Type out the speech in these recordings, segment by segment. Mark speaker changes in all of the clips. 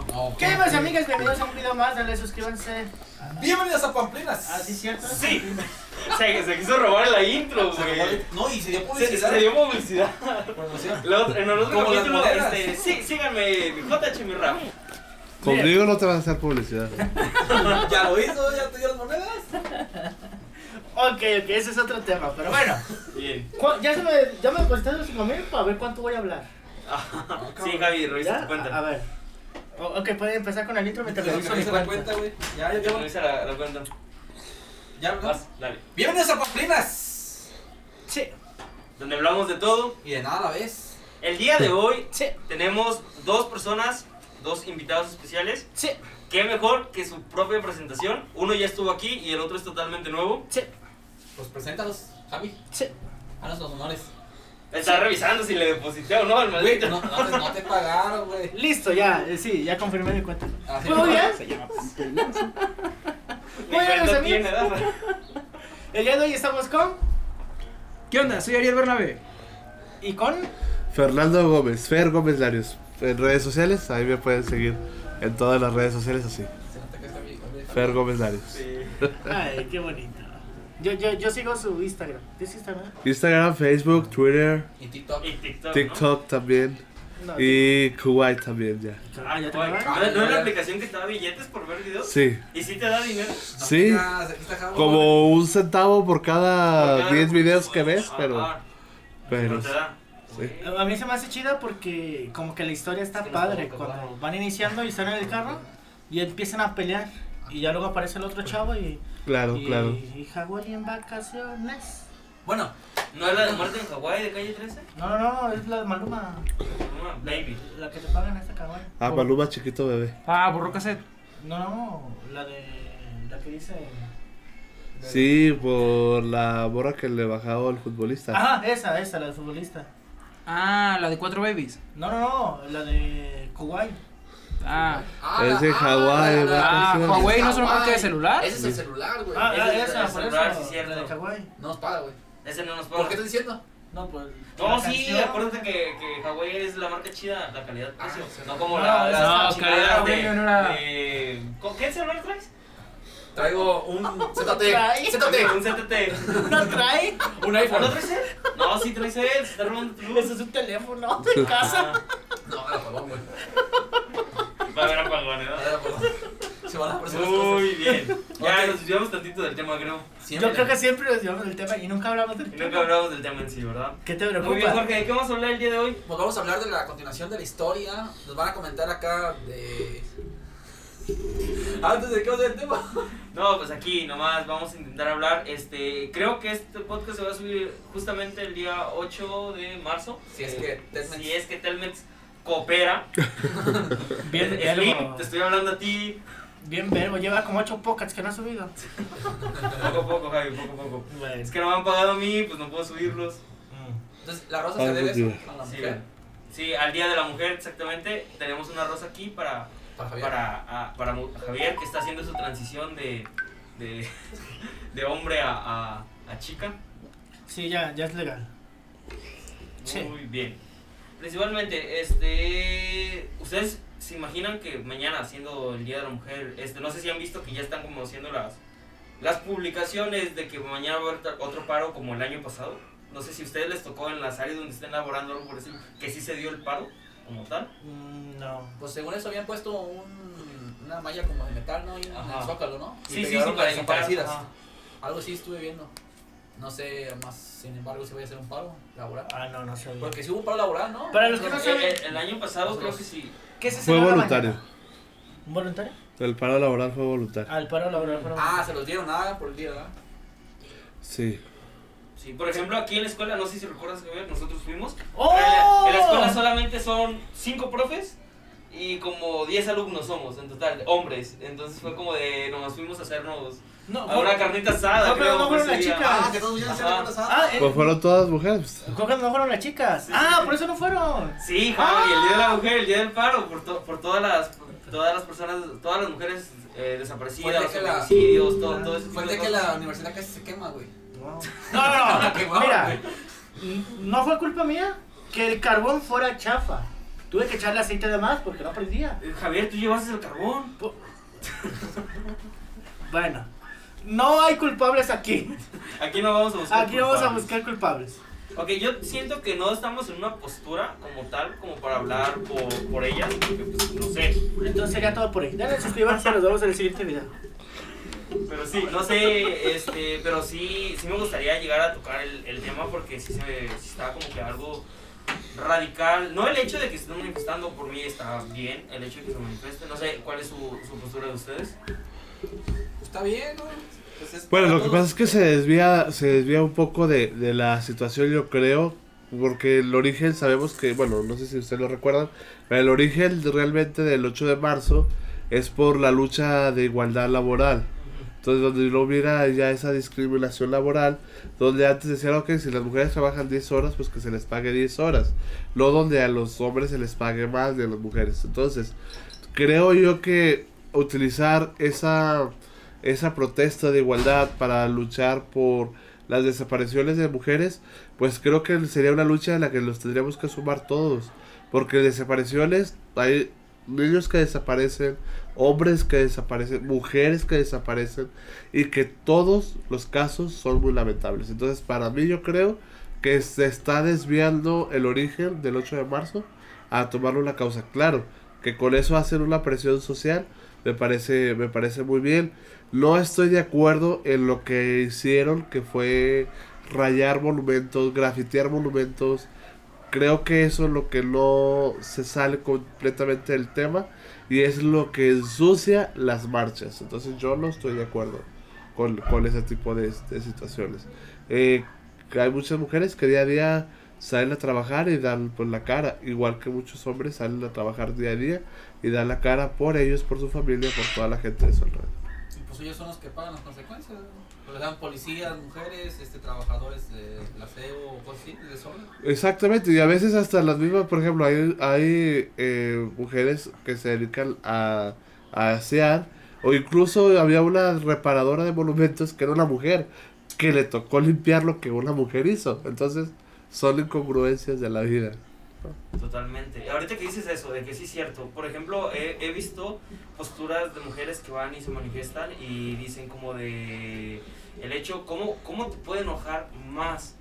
Speaker 1: Ok. Ah.
Speaker 2: ¿Qué más amigas? Bienvenidos a un video más, dale suscríbanse.
Speaker 1: Bienvenidas a Pamplinas.
Speaker 2: Ah, sí, cierto.
Speaker 3: Sí. Se, se quiso robar la intro,
Speaker 1: Se
Speaker 3: güey.
Speaker 1: robó- No, y se dio
Speaker 3: Se,
Speaker 1: publicidad.
Speaker 3: se dio publicidad.
Speaker 1: Bueno, sí.
Speaker 3: La otra- en el otro
Speaker 1: Como las
Speaker 3: capítulo,
Speaker 1: monedas.
Speaker 3: este, sí, síganme, JH mi rap.
Speaker 4: Conmigo no te vas a hacer publicidad.
Speaker 1: Ya lo hizo, ya te dio las monedas.
Speaker 2: Ok, ok, ese es otro tema, pero bueno.
Speaker 3: Bien.
Speaker 2: Cu- Ya, se me, ya me depositaron 5 mil para ver cuánto voy a hablar.
Speaker 3: Ah, Sí, Javi, revisa
Speaker 2: ¿Ya?
Speaker 3: tu
Speaker 2: A, a
Speaker 3: cuenta.
Speaker 2: ver. O- ok, pueden empezar con el intro mientras reviso mi
Speaker 1: Revisa
Speaker 2: cuenta.
Speaker 1: la cuenta, güey. Ya, ya, ya.
Speaker 3: Revisa la, la cuenta.
Speaker 1: Ya, ¿no?
Speaker 3: Vas, dale.
Speaker 1: Bienvenidos a Pamplinas.
Speaker 2: Sí,
Speaker 3: Donde hablamos de todo.
Speaker 1: Y de nada a la vez.
Speaker 3: El día de hoy
Speaker 2: sí,
Speaker 3: tenemos dos personas, dos invitados especiales.
Speaker 2: sí,
Speaker 3: Qué mejor que su propia presentación. Uno ya estuvo aquí y el otro es totalmente nuevo.
Speaker 2: sí,
Speaker 1: Pues preséntalos, Javi.
Speaker 2: sí.
Speaker 1: Haznos los honores.
Speaker 3: Está revisando si le deposité o no al
Speaker 1: Güey,
Speaker 3: maldito.
Speaker 1: no, no, te, no te pagaron, güey.
Speaker 2: Listo, ya, eh, sí, ya confirmé mi cuenta.
Speaker 1: Ah, sí.
Speaker 2: Muy bien.
Speaker 3: Ni
Speaker 2: Muy bien,
Speaker 3: cuenta
Speaker 2: los
Speaker 3: tiene,
Speaker 2: amigos.
Speaker 3: ¿verdad?
Speaker 2: El día de hoy estamos con.
Speaker 5: ¿Qué onda? Soy Ariel Bernabé.
Speaker 2: ¿Y con?
Speaker 4: Fernando Gómez, Fer Gómez Larios. En redes sociales, ahí me pueden seguir. En todas las redes sociales, así.
Speaker 1: Se nota que está bien, güey.
Speaker 4: Fer Gómez Larios.
Speaker 3: Sí.
Speaker 2: Ay, qué bonito. Yo, yo, yo sigo su Instagram. ¿Es Instagram?
Speaker 4: Instagram, Facebook, Twitter,
Speaker 1: Y TikTok.
Speaker 3: Y TikTok. ¿no?
Speaker 4: TikTok también.
Speaker 2: No.
Speaker 4: Y Kuwait también, ya.
Speaker 2: Ah, ya te
Speaker 3: Oye,
Speaker 2: acabas?
Speaker 3: ¿No no es la aplicación que te da billetes por ver videos?
Speaker 4: Sí,
Speaker 3: ¿Y si te da dinero?
Speaker 4: sí.
Speaker 1: Ah, aquí está Javi.
Speaker 4: Como un centavo por
Speaker 3: Por
Speaker 4: cada
Speaker 3: cada-
Speaker 4: 10 Ah, videos que ves,
Speaker 3: Ah,
Speaker 4: pero.
Speaker 3: ah,
Speaker 4: Pero.
Speaker 3: no te da.
Speaker 4: sí.
Speaker 2: A mí se me hace chida porque como que la historia está
Speaker 1: Sí,
Speaker 2: padre.
Speaker 1: no puedo contar.
Speaker 2: Cuando van iniciando y están en el carro y empiezan a pelear. Y ya luego aparece el otro
Speaker 3: Pues,
Speaker 2: chavo y...
Speaker 4: Claro,
Speaker 2: y,
Speaker 4: claro.
Speaker 2: y Hawái en vacaciones.
Speaker 1: Bueno,
Speaker 3: ¿No es la de muerte en Hawái de calle 13?
Speaker 2: No, no, no, es la de Maluma.
Speaker 3: No, baby.
Speaker 2: La que te pagan esta cabrón.
Speaker 4: Ah, Paluma, chiquito bebé.
Speaker 5: Ah, borró cassette.
Speaker 2: No, no, la de... La que dice...
Speaker 4: Sí, por la borra que le bajaba al futbolista.
Speaker 2: Ajá, ah, esa, esa, la del futbolista.
Speaker 5: Ah, la de cuatro babies.
Speaker 2: No, no, no, la de Kuwait.
Speaker 5: Ah,
Speaker 6: Ah,
Speaker 4: Es de
Speaker 6: ah,
Speaker 4: Hawái,
Speaker 6: la- la-
Speaker 4: va.
Speaker 5: ah
Speaker 4: Vacaciones.
Speaker 5: Huawei no es una
Speaker 6: Hawái.
Speaker 5: marca de celular.
Speaker 6: Ese es el celular, güey.
Speaker 2: Ah, ah,
Speaker 3: Esa es
Speaker 2: esa,
Speaker 3: la
Speaker 2: por
Speaker 3: de
Speaker 2: eso,
Speaker 3: celular, sí,
Speaker 2: la
Speaker 3: cierto.
Speaker 2: de Hawái.
Speaker 6: No nos paga, güey.
Speaker 1: Ah.
Speaker 3: Ese no nos paga.
Speaker 6: ¿Por qué estás diciendo?
Speaker 2: No, pues...
Speaker 3: No,
Speaker 2: la
Speaker 3: sí,
Speaker 2: canción.
Speaker 3: acuérdate que, que Hawái es la marca chida, la calidad-precio.
Speaker 6: Ah, sí.
Speaker 3: no como
Speaker 2: No,
Speaker 3: la,
Speaker 2: esa
Speaker 3: la
Speaker 5: no,
Speaker 3: chingada
Speaker 5: calidad,
Speaker 3: de-
Speaker 5: güey, no era-
Speaker 3: de- ¿Con qué celular traes?
Speaker 6: Traigo un
Speaker 2: Trae.
Speaker 6: ZT. ZT.
Speaker 3: Un ZTE.
Speaker 2: ¿No trae?
Speaker 6: Un
Speaker 3: ¿Ah, ¿No
Speaker 6: iPhone.
Speaker 3: traes él? No, sí traes él, se está robando tu luz.
Speaker 2: Eso es un teléfono de casa.
Speaker 3: Ah,
Speaker 6: No, era pagón, güey.
Speaker 3: Va a haber apagones, ¿no?
Speaker 6: Era pagón.
Speaker 1: se van a aparecer las cosas.
Speaker 3: Muy bien. Ya
Speaker 1: Ok.
Speaker 3: nos desviamos tantito del tema, creo.
Speaker 1: Siempre.
Speaker 2: Yo creo que siempre nos llevamos del tema y nunca hablamos del
Speaker 3: Y
Speaker 2: tema.
Speaker 3: nunca hablamos del tema en sí, ¿verdad?
Speaker 2: ¿Qué te
Speaker 3: Muy bien,
Speaker 2: preocupa?
Speaker 3: Jorge, ¿de qué vamos a hablar el día de hoy?
Speaker 6: Pues vamos a hablar de la continuación de la historia. Nos van a comentar acá de. Ah,
Speaker 1: Antes de que use el tema.
Speaker 3: No, pues aquí nomás vamos a intentar hablar. Este, creo que este podcast se va a subir justamente el día 8 de marzo.
Speaker 6: Si es que Telmex-
Speaker 3: Si es que Telmex coopera.
Speaker 2: Bien,
Speaker 3: Slim,
Speaker 2: verbo.
Speaker 3: te estoy hablando a ti.
Speaker 2: Bien verbo. Lleva como 8 podcasts que no ha subido.
Speaker 3: Poco a poco, Javi, poco a poco. Es
Speaker 2: Bueno.
Speaker 3: que no me han pagado a mí, pues no puedo subirlos.
Speaker 2: Mm.
Speaker 6: Entonces, la rosa
Speaker 4: Ah,
Speaker 6: se debe
Speaker 4: sí.
Speaker 6: eso, a la
Speaker 3: Sí,
Speaker 6: mujer.
Speaker 3: sí, al Día de la Mujer, exactamente. Tenemos una rosa aquí para,
Speaker 6: Para Javier.
Speaker 3: para, ah, para mu- Javier, que está haciendo su transición de, de, de hombre a, a- a chica.
Speaker 2: Sí, ya, ya es legal. Sí.
Speaker 3: Muy bien. Principalmente, este, ustedes se imaginan que mañana, siendo el Día de la Mujer, este, no sé si han visto que ya están como haciendo las, las publicaciones de que mañana va a haber ta- otro paro como el año pasado. No sé si a ustedes les tocó en las áreas donde estén laborando algo por decir que sí se dio el paro como tal.
Speaker 2: Mm, No.
Speaker 6: Pues según eso habían puesto un, una malla como de metal, ¿no? Y en
Speaker 3: Ajá.
Speaker 6: el zócalo, ¿no? Y
Speaker 3: Sí, sí, sí,
Speaker 6: pegaron
Speaker 3: para
Speaker 6: las
Speaker 3: evitar.
Speaker 6: desaparecidas.
Speaker 3: ajá.
Speaker 6: Algo sí estuve viendo. No sé más, sin embargo, si voy a hacer un paro laboral.
Speaker 2: Ah, no, no sabía.
Speaker 6: Porque si hubo un paro laboral, ¿no?
Speaker 2: Para los que no
Speaker 3: Eh,
Speaker 2: saben,
Speaker 3: eh, el año pasado creo que sí.
Speaker 2: ¿qué se
Speaker 4: Fue
Speaker 2: celebra
Speaker 4: voluntario.
Speaker 2: mañana? ¿Un voluntario?
Speaker 4: El paro laboral fue voluntario.
Speaker 2: Ah, el paro laboral. fue
Speaker 6: Ah,
Speaker 2: voluntario.
Speaker 6: se los dieron nada por el día, ¿verdad?
Speaker 4: Sí.
Speaker 3: Sí, por ejemplo, aquí en la escuela, no sé si recuerdas, Javier, nosotros fuimos.
Speaker 2: ¡Oh!
Speaker 3: En la- En la escuela solamente son 5 profes y como 10 alumnos somos en total, hombres. Entonces fue como de, nomás fuimos a hacernos
Speaker 2: No,
Speaker 3: a una
Speaker 2: fue-
Speaker 3: carnita asada.
Speaker 2: No, pero
Speaker 3: creo,
Speaker 2: no fueron
Speaker 3: fue ese
Speaker 2: las
Speaker 3: día.
Speaker 2: chicas.
Speaker 6: Ah, que todos ya se
Speaker 3: Ajá.
Speaker 6: los
Speaker 2: Ah, eh,
Speaker 4: Pues fueron todas mujeres. pues.
Speaker 2: creo que no fueron las chicas.
Speaker 3: Sí,
Speaker 2: Ah,
Speaker 3: sí.
Speaker 2: por eso no fueron.
Speaker 3: Sí, Javi, el Día de la
Speaker 2: ¡Ah!
Speaker 3: Mujer, el Día del Paro, por, to- por todas las por todas las personas, todas las mujeres eh,
Speaker 6: Fue el
Speaker 3: desaparecidas,
Speaker 6: día que la-
Speaker 3: homicidios, todo, todo eso.
Speaker 6: Fue el día que la universidad casi se quema, güey.
Speaker 2: No, no, no.
Speaker 6: Qué guapo,
Speaker 2: Mira,
Speaker 6: güey.
Speaker 2: n- no fue culpa mía que el carbón fuera chafa. Tuve que echarle aceite de más porque no prendía.
Speaker 3: Eh, Javier, tú llevaste el carbón.
Speaker 2: Bueno, no hay culpables aquí.
Speaker 3: Aquí no vamos a buscar.
Speaker 2: Aquí vamos a
Speaker 3: culpables.
Speaker 2: buscar culpables.
Speaker 3: Ok, yo siento que no estamos en una postura como tal, como para hablar por, por ellas, porque pues no sé.
Speaker 2: Entonces sería todo por ahí. Dale, suscríbanse, nos vemos en el siguiente video.
Speaker 3: Pero sí, no sé, este, pero sí, sí me gustaría llegar a tocar el, el tema porque sí se me- sí está como que algo radical. No el hecho de que se estén manifestando por mí está bien, el hecho de que se manifiesten, no sé cuál es su, su postura de ustedes.
Speaker 1: Está bien, güey. Pues es
Speaker 4: Bueno,
Speaker 1: para
Speaker 4: lo que
Speaker 1: todos.
Speaker 4: pasa es que se desvía, se desvía un poco de, de la situación, yo creo, porque el origen, sabemos que, bueno, no sé si ustedes lo recuerdan, pero el origen de- realmente del 8 de marzo es por la lucha de igualdad laboral. Entonces, donde no hubiera ya esa discriminación laboral, donde antes decían, ok, si las mujeres trabajan 10 horas, pues que se les pague 10 horas, no donde a los hombres se les pague más de a las mujeres. Entonces, creo yo que utilizar esa esa protesta de igualdad para luchar por las desapariciones de mujeres, pues creo que sería una lucha en la que los tendríamos que sumar todos, porque desapariciones hay niños que desaparecen, hombres que desaparecen, mujeres que desaparecen y que todos los casos son muy lamentables. Entonces, para mí yo creo que se está desviando el origen del 8 de marzo a tomar una causa, claro, que con eso hacen una presión social, me parece me parece muy bien. No estoy de acuerdo en lo que hicieron, que fue rayar monumentos, grafitear monumentos. Creo que eso es lo que no se sale completamente del tema y es lo que ensucia las marchas. Entonces yo no estoy de acuerdo con, con ese tipo de, de situaciones. Eh, que hay muchas mujeres que día a día salen a trabajar y dan pues, la cara, igual que muchos hombres salen a trabajar día a día y dan la cara por ellos, por su familia, por toda la gente de su alrededor.
Speaker 6: Y pues ellos son los que pagan las consecuencias. ¿no? Lo dan policías, mujeres, este, trabajadores de placebo o cosas así, de desorden.
Speaker 4: Exactamente, y a veces hasta las mismas, por ejemplo, hay, hay eh, mujeres que se dedican a, a asear, o incluso había una reparadora de monumentos que era una mujer, que le tocó limpiar lo que una mujer hizo. Entonces, son incongruencias de la vida.
Speaker 3: Totalmente. Ahorita que dices eso, de que sí es cierto, por ejemplo, he, he visto posturas de mujeres que van y se manifiestan y dicen como de el hecho, ¿cómo, cómo te puede enojar más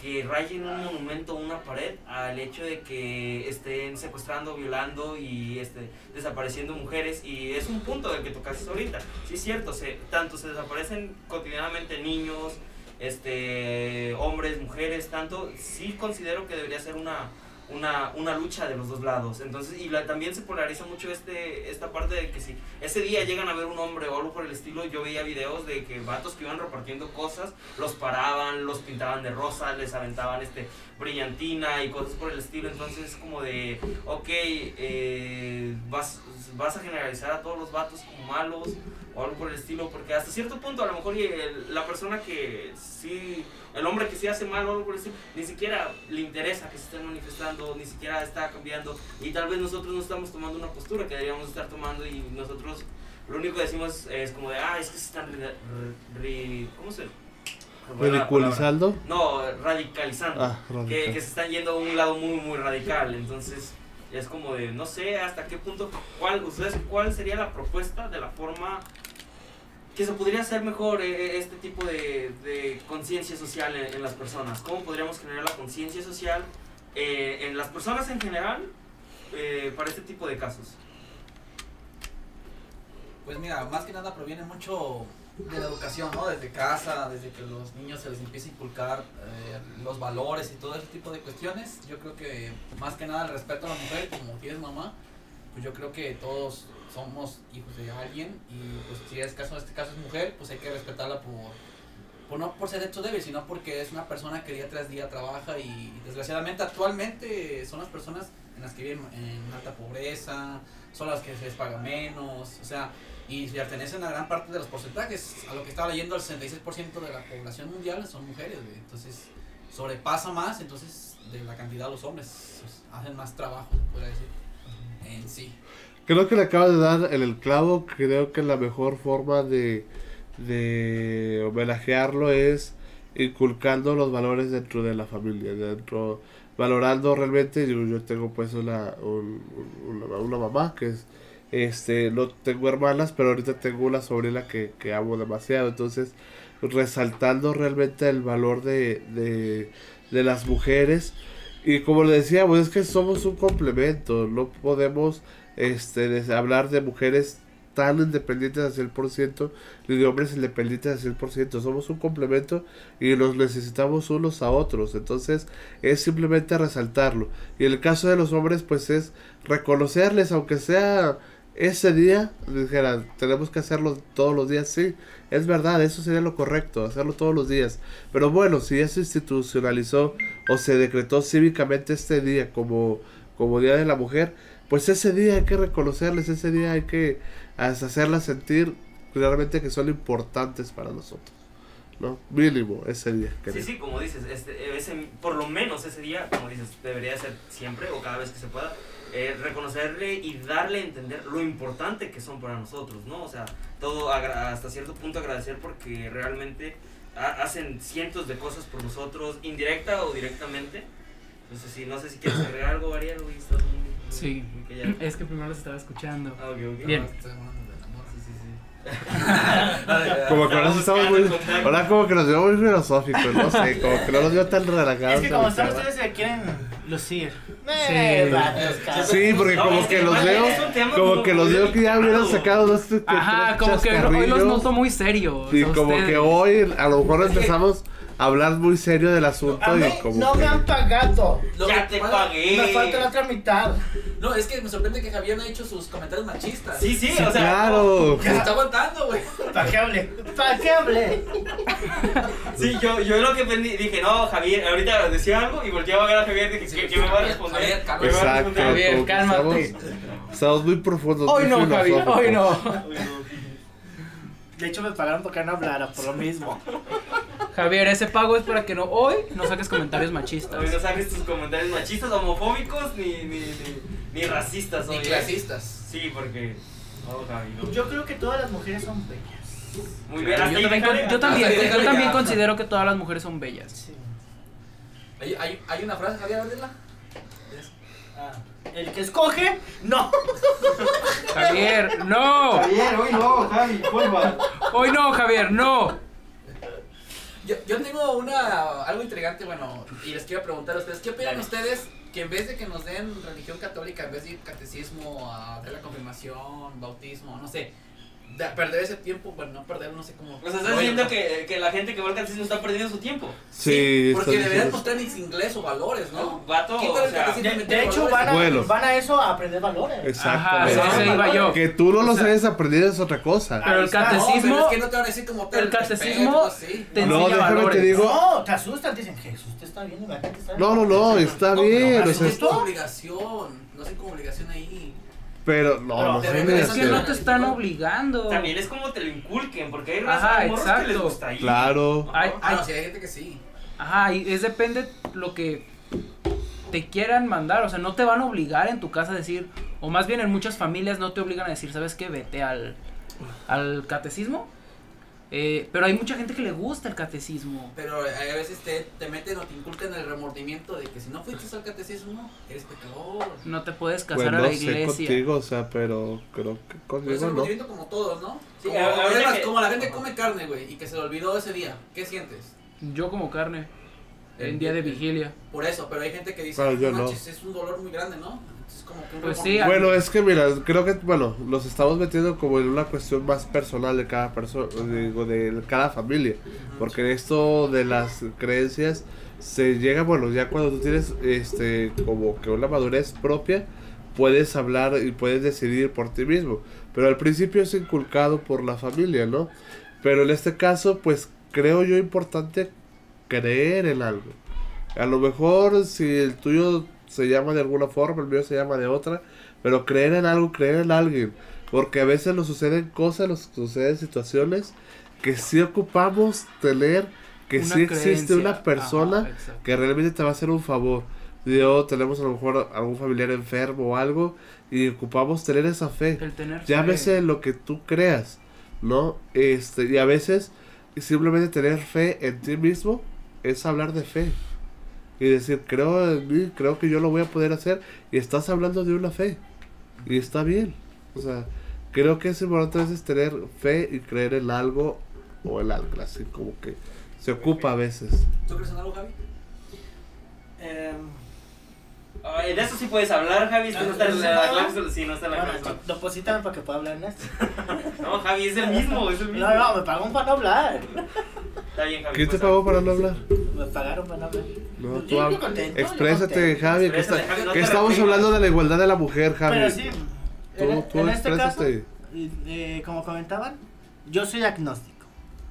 Speaker 3: que rayen un monumento o una pared al hecho de que estén secuestrando, violando y este, desapareciendo mujeres? Y es un punto del que tocaste ahorita. Sí es cierto, se, tanto se desaparecen cotidianamente niños, este, hombres, mujeres, tanto, sí considero que debería ser una una, una lucha de los dos lados. Entonces, y la- también se polariza mucho este, esta parte de que si ese día llegan a ver un hombre o algo por el estilo, yo veía videos de que vatos que iban repartiendo cosas, los paraban, los pintaban de rosa, les aventaban este brillantina y cosas por el estilo. Entonces es como de, ok, eh, vas, vas a generalizar a todos los vatos como malos o algo por el estilo, porque hasta cierto punto a lo mejor y el- la persona que sí el hombre que sí hace mal o algo por el estilo, ni siquiera le interesa que se estén manifestando, ni siquiera está cambiando. Y tal vez nosotros no estamos tomando una postura que deberíamos estar tomando y nosotros lo único que decimos es como de, ah, es que se están... Ri, ri- ¿Cómo se...? Buena
Speaker 4: Ridiculizando.
Speaker 3: palabra. No, radicalizando.
Speaker 4: Ah,
Speaker 3: Que,
Speaker 4: radical.
Speaker 3: que se están yendo a un lado muy, muy radical. Entonces, es como de, no sé hasta qué punto, cuál, ustedes, cuál sería la propuesta de la forma que se podría hacer mejor eh, eh, este tipo de, de conciencia social en, en las personas. ¿Cómo podríamos generar la conciencia social eh, en las personas en general eh, para este tipo de casos?
Speaker 6: Pues mira, más que nada proviene mucho de la educación, ¿no? Desde casa, desde que los niños se les empieza a inculcar eh, los valores y todo ese tipo de cuestiones. Yo creo que más que nada el respeto a la mujer, como tienes mamá, pues yo creo que todos somos hijos de alguien y pues si es caso, este caso es mujer, pues hay que respetarla por, por no por ser hecho débil, sino porque es una persona que día tras día trabaja y desgraciadamente actualmente son las personas en las que viven en alta pobreza, son las que se les paga menos, o sea, y pertenecen a gran parte de los porcentajes. A lo que estaba leyendo, el 66% de la población mundial son mujeres, güey. Entonces, sobrepasa más, entonces, de la cantidad de los hombres. Pues, hacen más trabajo, se podría decir, en sí.
Speaker 4: Creo que le acabas de dar en el clavo. Creo que la mejor forma de, de homenajearlo es inculcando los valores dentro de la familia, dentro valorando realmente. Yo, yo tengo pues una, un- un- una, una mamá que es, este, no tengo hermanas, pero ahorita tengo una sobrina que, que amo demasiado. Entonces, resaltando realmente el valor de, de, de las mujeres. Y como le decía, pues es que somos un complemento, no podemos este, des- hablar de mujeres tan independientes al 100%, ni de hombres independientes al 100%, somos un complemento y nos necesitamos unos a otros, entonces es simplemente resaltarlo. Y en el caso de los hombres, pues es reconocerles, aunque sea ese día, dijera, tenemos que hacerlo todos los días, sí, es verdad, eso sería lo correcto, hacerlo todos los días. Pero bueno, si ya se institucionalizó o se decretó cívicamente este día como, como Día de la Mujer, pues ese día hay que reconocerles, ese día hay que as- hacerlas sentir claramente que son importantes para nosotros, ¿no? Mínimo ese día.
Speaker 3: Sí,
Speaker 4: creo.
Speaker 3: sí, como dices, este, ese- por lo menos ese día, como dices, debería ser siempre o cada vez que se pueda, eh, reconocerle y darle a entender lo importante que son para nosotros, ¿no? O sea, todo agra- hasta cierto punto agradecer porque realmente ha- hacen cientos de cosas por nosotros, indirecta o directamente. Entonces, sí, no sé si quieres agregar algo, Ariel, güey, estás muy... muy-
Speaker 5: Sí.
Speaker 3: muy callado.
Speaker 5: Es que primero los estaba escuchando.
Speaker 3: Ah, ok, ok.
Speaker 5: Bien.
Speaker 6: Estoy hablando de la morra.
Speaker 3: Sí, sí, sí.
Speaker 4: Como que ahora
Speaker 3: Estamos
Speaker 4: sí estamos muy.
Speaker 3: buscando contacto.
Speaker 4: Ahora como que nos veo muy filosóficos, no sé, como que no nos veo tan relajados.
Speaker 2: Es que
Speaker 4: la
Speaker 2: como están
Speaker 4: amistad.
Speaker 2: ustedes se quieren lucir. Eh,
Speaker 5: Sí.
Speaker 2: vatos, cabrón.
Speaker 4: Sí, porque
Speaker 3: No,
Speaker 4: como
Speaker 3: es
Speaker 4: que
Speaker 3: que
Speaker 4: los
Speaker 3: igual
Speaker 4: veo,
Speaker 3: es un tema
Speaker 4: como
Speaker 3: muy-
Speaker 4: que los
Speaker 3: muy
Speaker 4: veo que ya hubieran
Speaker 3: delicado.
Speaker 4: sacado dos tres-
Speaker 5: Ajá,
Speaker 4: tres
Speaker 5: como que hoy los
Speaker 4: chascarrillos,
Speaker 5: noto muy serios.
Speaker 4: Y
Speaker 5: a
Speaker 4: como que
Speaker 5: ustedes.
Speaker 4: hoy a lo mejor empezamos a hablar muy serio del asunto
Speaker 2: A mí
Speaker 4: y como
Speaker 2: no
Speaker 4: que-
Speaker 2: me han pagado.
Speaker 6: Lo
Speaker 3: Ya
Speaker 6: que
Speaker 3: te
Speaker 6: pasa-
Speaker 3: pagué.
Speaker 2: Me falta la otra mitad.
Speaker 6: No, es que me sorprende que Javier no ha hecho sus comentarios machistas.
Speaker 3: Sí, sí,
Speaker 4: Sí,
Speaker 3: o sea...
Speaker 4: claro.
Speaker 6: Se está aguantando, güey.
Speaker 2: ¿Para qué hablé? ¿Para qué hablé?
Speaker 3: Sí, yo, yo lo que pensé, dije, no, Javier, ahorita decía algo y volteaba a ver a Javier, dije,
Speaker 6: Sí,
Speaker 3: ¿qué,
Speaker 6: sí,
Speaker 3: qué me va a
Speaker 6: Javier,
Speaker 3: responder?
Speaker 6: Javier,
Speaker 3: ¿Qué me va a
Speaker 4: Exacto.
Speaker 3: responder?
Speaker 5: Javier,
Speaker 4: como que
Speaker 5: cálmate.
Speaker 4: Estamos, estamos muy profundos.
Speaker 5: Hoy
Speaker 4: muy
Speaker 5: no, Javier,
Speaker 4: filosóficos.
Speaker 5: hoy no.
Speaker 2: De hecho, me pagaron para que no hablara, por lo mismo.
Speaker 5: Javier, ese pago es para que no hoy no saques comentarios
Speaker 3: Hoy no
Speaker 5: machistas.
Speaker 3: saques tus comentarios machistas, homofóbicos, ni, ni, ni, ni racistas.
Speaker 6: Ni
Speaker 3: oye.
Speaker 6: clasistas.
Speaker 3: Sí, porque... No, Javi, no.
Speaker 2: Yo creo que todas las mujeres son bellas.
Speaker 3: Muy bien, hasta
Speaker 5: Yo
Speaker 3: ahí,
Speaker 5: también, con-
Speaker 3: Javier.
Speaker 5: yo también,
Speaker 6: Hasta ahí,
Speaker 5: yo también
Speaker 6: ya.
Speaker 5: considero que todas las mujeres son bellas.
Speaker 2: Sí.
Speaker 6: Hay, hay, hay una frase, Javier, ábrela.
Speaker 2: Ah, el que escoge, no.
Speaker 5: Javier, no.
Speaker 7: Javier, hoy no, Javi, porfa.
Speaker 5: Hoy no, Javier, no.
Speaker 6: Yo, yo tengo una, algo intrigante, bueno, y les quiero preguntar a ustedes, ¿qué opinan ustedes que en vez de que nos den religión católica, en vez de ir catecismo, a hacer la confirmación, bautismo, no sé, da- perder ese tiempo, bueno, no perder, no sé cómo...
Speaker 3: O sea, estás diciendo que, que la gente que va al catecismo está perdiendo su tiempo.
Speaker 4: Sí, estás
Speaker 6: porque deberían
Speaker 4: diciendo-
Speaker 6: mostrar inglés o valores, ¿no?
Speaker 3: Vato,
Speaker 6: Quítale
Speaker 3: o
Speaker 6: el
Speaker 3: sea...
Speaker 6: catecismo.
Speaker 2: De, de hecho, van a,
Speaker 4: Bueno.
Speaker 2: van a eso a aprender valores.
Speaker 5: Ajá,
Speaker 4: Exactamente.
Speaker 5: sí, se iba yo.
Speaker 4: Que tú no
Speaker 5: O
Speaker 4: los
Speaker 5: sea-
Speaker 4: hayas aprendido es otra cosa.
Speaker 5: Pero el
Speaker 6: No,
Speaker 5: catecismo-
Speaker 6: pero es que no te van a decir como tal,
Speaker 5: el catecismo-
Speaker 6: respeto, sí.
Speaker 5: Te
Speaker 4: No,
Speaker 5: enseña
Speaker 4: déjame te
Speaker 5: valores.
Speaker 4: digo-
Speaker 2: No, te asustan, te dicen, Jesús te está viendo, la gente está viendo.
Speaker 4: No, no, no, está
Speaker 6: No,
Speaker 4: bien.
Speaker 6: pero
Speaker 4: o sea,
Speaker 6: es tu
Speaker 2: ¿esto?
Speaker 6: obligación, no sé como obligación ahí.
Speaker 4: pero no,
Speaker 2: Pero
Speaker 4: no
Speaker 6: te
Speaker 4: sé,
Speaker 6: regresas
Speaker 5: Es
Speaker 4: mira, este,
Speaker 5: que no te están obligando.
Speaker 3: También es como te lo inculquen, porque hay
Speaker 5: Ajá,
Speaker 3: raza de morros que les
Speaker 5: exacto.
Speaker 3: gusta ir.
Speaker 4: Claro.
Speaker 5: Ay,
Speaker 6: Ah,
Speaker 5: ay,
Speaker 6: no, sí, hay gente que sí.
Speaker 5: Ajá, y es depende lo que te quieran mandar, o sea, no te van a obligar en tu casa a decir, o más bien en muchas familias no te obligan a decir, ¿sabes qué? Vete al, al catecismo. Eh, pero hay mucha gente que le gusta el catecismo.
Speaker 6: Pero a veces te, te meten o te inculcan el remordimiento de que si no fuiste al catecismo, eres pecador.
Speaker 5: No te puedes
Speaker 4: Pues
Speaker 5: casar a
Speaker 4: no
Speaker 5: la
Speaker 4: sé
Speaker 5: iglesia.
Speaker 4: contigo, o sea, pero creo que
Speaker 6: Pero Pues es
Speaker 4: conmigo
Speaker 6: un
Speaker 4: no.
Speaker 6: remordimiento como todos, ¿no?
Speaker 3: Sí,
Speaker 6: como,
Speaker 3: a- a veces
Speaker 6: es más,
Speaker 3: que-
Speaker 6: como la gente come carne, güey, y que se le olvidó ese día. ¿Qué sientes?
Speaker 5: Yo como carne, en
Speaker 6: El-
Speaker 5: día de
Speaker 4: eh,
Speaker 6: el-
Speaker 5: vigilia.
Speaker 6: Por eso, pero hay gente que dice,
Speaker 4: Claro, yo
Speaker 6: "No
Speaker 4: no".
Speaker 6: manches, es un dolor muy grande, ¿no? Es como que un
Speaker 5: Pues sí,
Speaker 6: remordimiento.
Speaker 4: Bueno, es que mira, creo que, bueno, nos estamos metiendo como en una cuestión más personal de cada persona, digo, de cada familia. Porque esto de las creencias se llega, bueno, ya cuando tú tienes, este, como que una madurez propia, puedes hablar y puedes decidir por ti mismo. Pero al principio es inculcado por la familia, ¿no? Pero en este caso, pues creo yo importante creer en algo. A lo mejor si el tuyo se llama de alguna forma, el mío se llama de otra, pero creer en algo, creer en alguien. Porque a veces nos suceden cosas, nos suceden situaciones que sí ocupamos tener, que
Speaker 5: Una
Speaker 4: sí existe
Speaker 5: creencia.
Speaker 4: una persona
Speaker 5: Ajá, exacto.
Speaker 4: que realmente te va a hacer un favor. Yo tenemos a lo mejor algún familiar enfermo o algo y ocupamos tener esa fe.
Speaker 5: El tener
Speaker 4: Llámese
Speaker 5: fe.
Speaker 4: eh, lo que tú creas, ¿no? Este, y a veces simplemente tener fe en ti mismo es hablar de fe. y decir, creo en mí, creo que yo lo voy a poder hacer, y estás hablando de una fe, y está bien. O sea, creo que es importante a veces tener fe y creer en algo o en algo, así como que se ocupa a veces.
Speaker 6: ¿Tú crees en algo, Javi?
Speaker 3: Em, ah, en eso sí puedes hablar, Javi. es que no está en la cláusula. Sí, no está en la
Speaker 2: Bueno,
Speaker 3: cláusula.
Speaker 2: de- deposítame para que pueda hablar en esto.
Speaker 3: No, Javi, es el mismo, es el mismo.
Speaker 2: No, no, me pagaron para no hablar.
Speaker 3: Está bien, Javi.
Speaker 4: ¿Quién te
Speaker 3: pues,
Speaker 4: pagó este para no hablar?
Speaker 2: Me pagaron para no hablar.
Speaker 4: No,
Speaker 2: Yo
Speaker 4: tú
Speaker 2: estoy
Speaker 4: hab-
Speaker 2: contento, yo
Speaker 4: Exprésate,
Speaker 2: contento.
Speaker 4: Javi, que,
Speaker 3: Exprésate,
Speaker 4: está-
Speaker 3: Javi, no
Speaker 4: que
Speaker 3: te
Speaker 4: estamos
Speaker 3: reprimas.
Speaker 4: hablando de la igualdad de la mujer, Javi.
Speaker 2: Pero sí,
Speaker 4: tú,
Speaker 2: en,
Speaker 4: tú
Speaker 2: en este caso,
Speaker 4: exprésate.
Speaker 2: eh, como comentaban, yo soy agnóstico.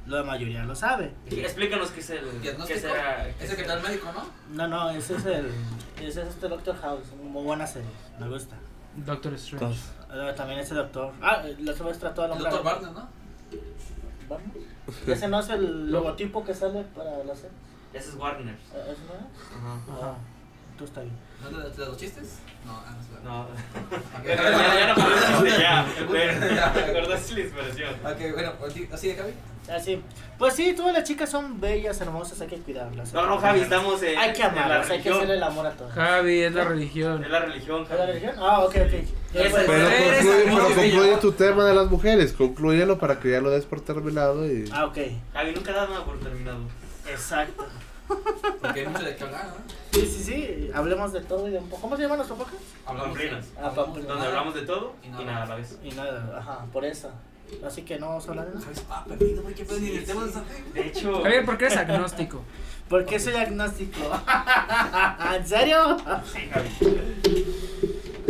Speaker 2: La mayoría lo sabe.
Speaker 3: Explícanos qué es el. ¿Qué
Speaker 6: ¿Diagnóstico?
Speaker 3: será? qué
Speaker 6: Es el que te
Speaker 3: será.
Speaker 6: da el médico, ¿no?
Speaker 2: No, no, ese es el. Ese es este Doctor House. Muy buena serie. Me gusta.
Speaker 5: Doctor Strange.
Speaker 2: Eh, También ese doctor. Ah, la otra vez trató al
Speaker 6: El
Speaker 2: hombre.
Speaker 6: doctor Barnes, ¿no?
Speaker 2: Barnes. Ese no es el logotipo que sale para la serie.
Speaker 3: Ese es Warner.
Speaker 2: Eh, ¿Ese no es? Ah, tú está bien.
Speaker 6: ¿No es de, de los chistes? No, ah, no sé.
Speaker 3: No. Ya, ya no
Speaker 6: Ok.
Speaker 3: podemos chiste, ya. Ah. Pero, ¿Recordaste la inspiración?
Speaker 6: Ok, bueno, pues, sí, así de Javi.
Speaker 2: Así. Pues sí, todas las chicas son bellas, hermosas, hay que cuidarlas.
Speaker 3: No, no, Javi, estamos en.
Speaker 2: Hay que
Speaker 3: en la
Speaker 2: amarlas, hay que
Speaker 3: religión.
Speaker 2: hacer el amor a todas.
Speaker 5: Javi es la religión.
Speaker 3: Es la religión,
Speaker 2: ¿Es la
Speaker 3: Javi.
Speaker 2: religión? Ah, ok, ok. Ya,
Speaker 3: Ese
Speaker 2: pues,
Speaker 4: Pero
Speaker 1: Eres
Speaker 4: concluye, pero
Speaker 1: agnóstico.
Speaker 4: concluye tu tema de las mujeres, concluyelo para que ya lo des por terminado y...
Speaker 2: Ah, ok.
Speaker 3: Javi nunca da nada por terminado.
Speaker 2: Exacto.
Speaker 6: Porque hay mucho de qué hablar, ¿no?
Speaker 2: Sí, sí, sí. Hablemos de todo y de un poco. ¿Cómo se llama nuestro podcast?
Speaker 3: Pamplinas.
Speaker 2: Ah, Pamplinas.
Speaker 3: Donde hablamos de todo y
Speaker 6: Y nada.
Speaker 3: nada a la vez.
Speaker 2: Y nada, ajá, por eso. Así que no vamos a hablar de nada.
Speaker 6: Javi está perdido, güey, qué pedo, ni en el tema de esa
Speaker 3: De hecho.
Speaker 5: Javier, ¿por qué eres agnóstico?
Speaker 2: ¿Por qué soy agnóstico? ¿En serio?
Speaker 3: Sí, Javi.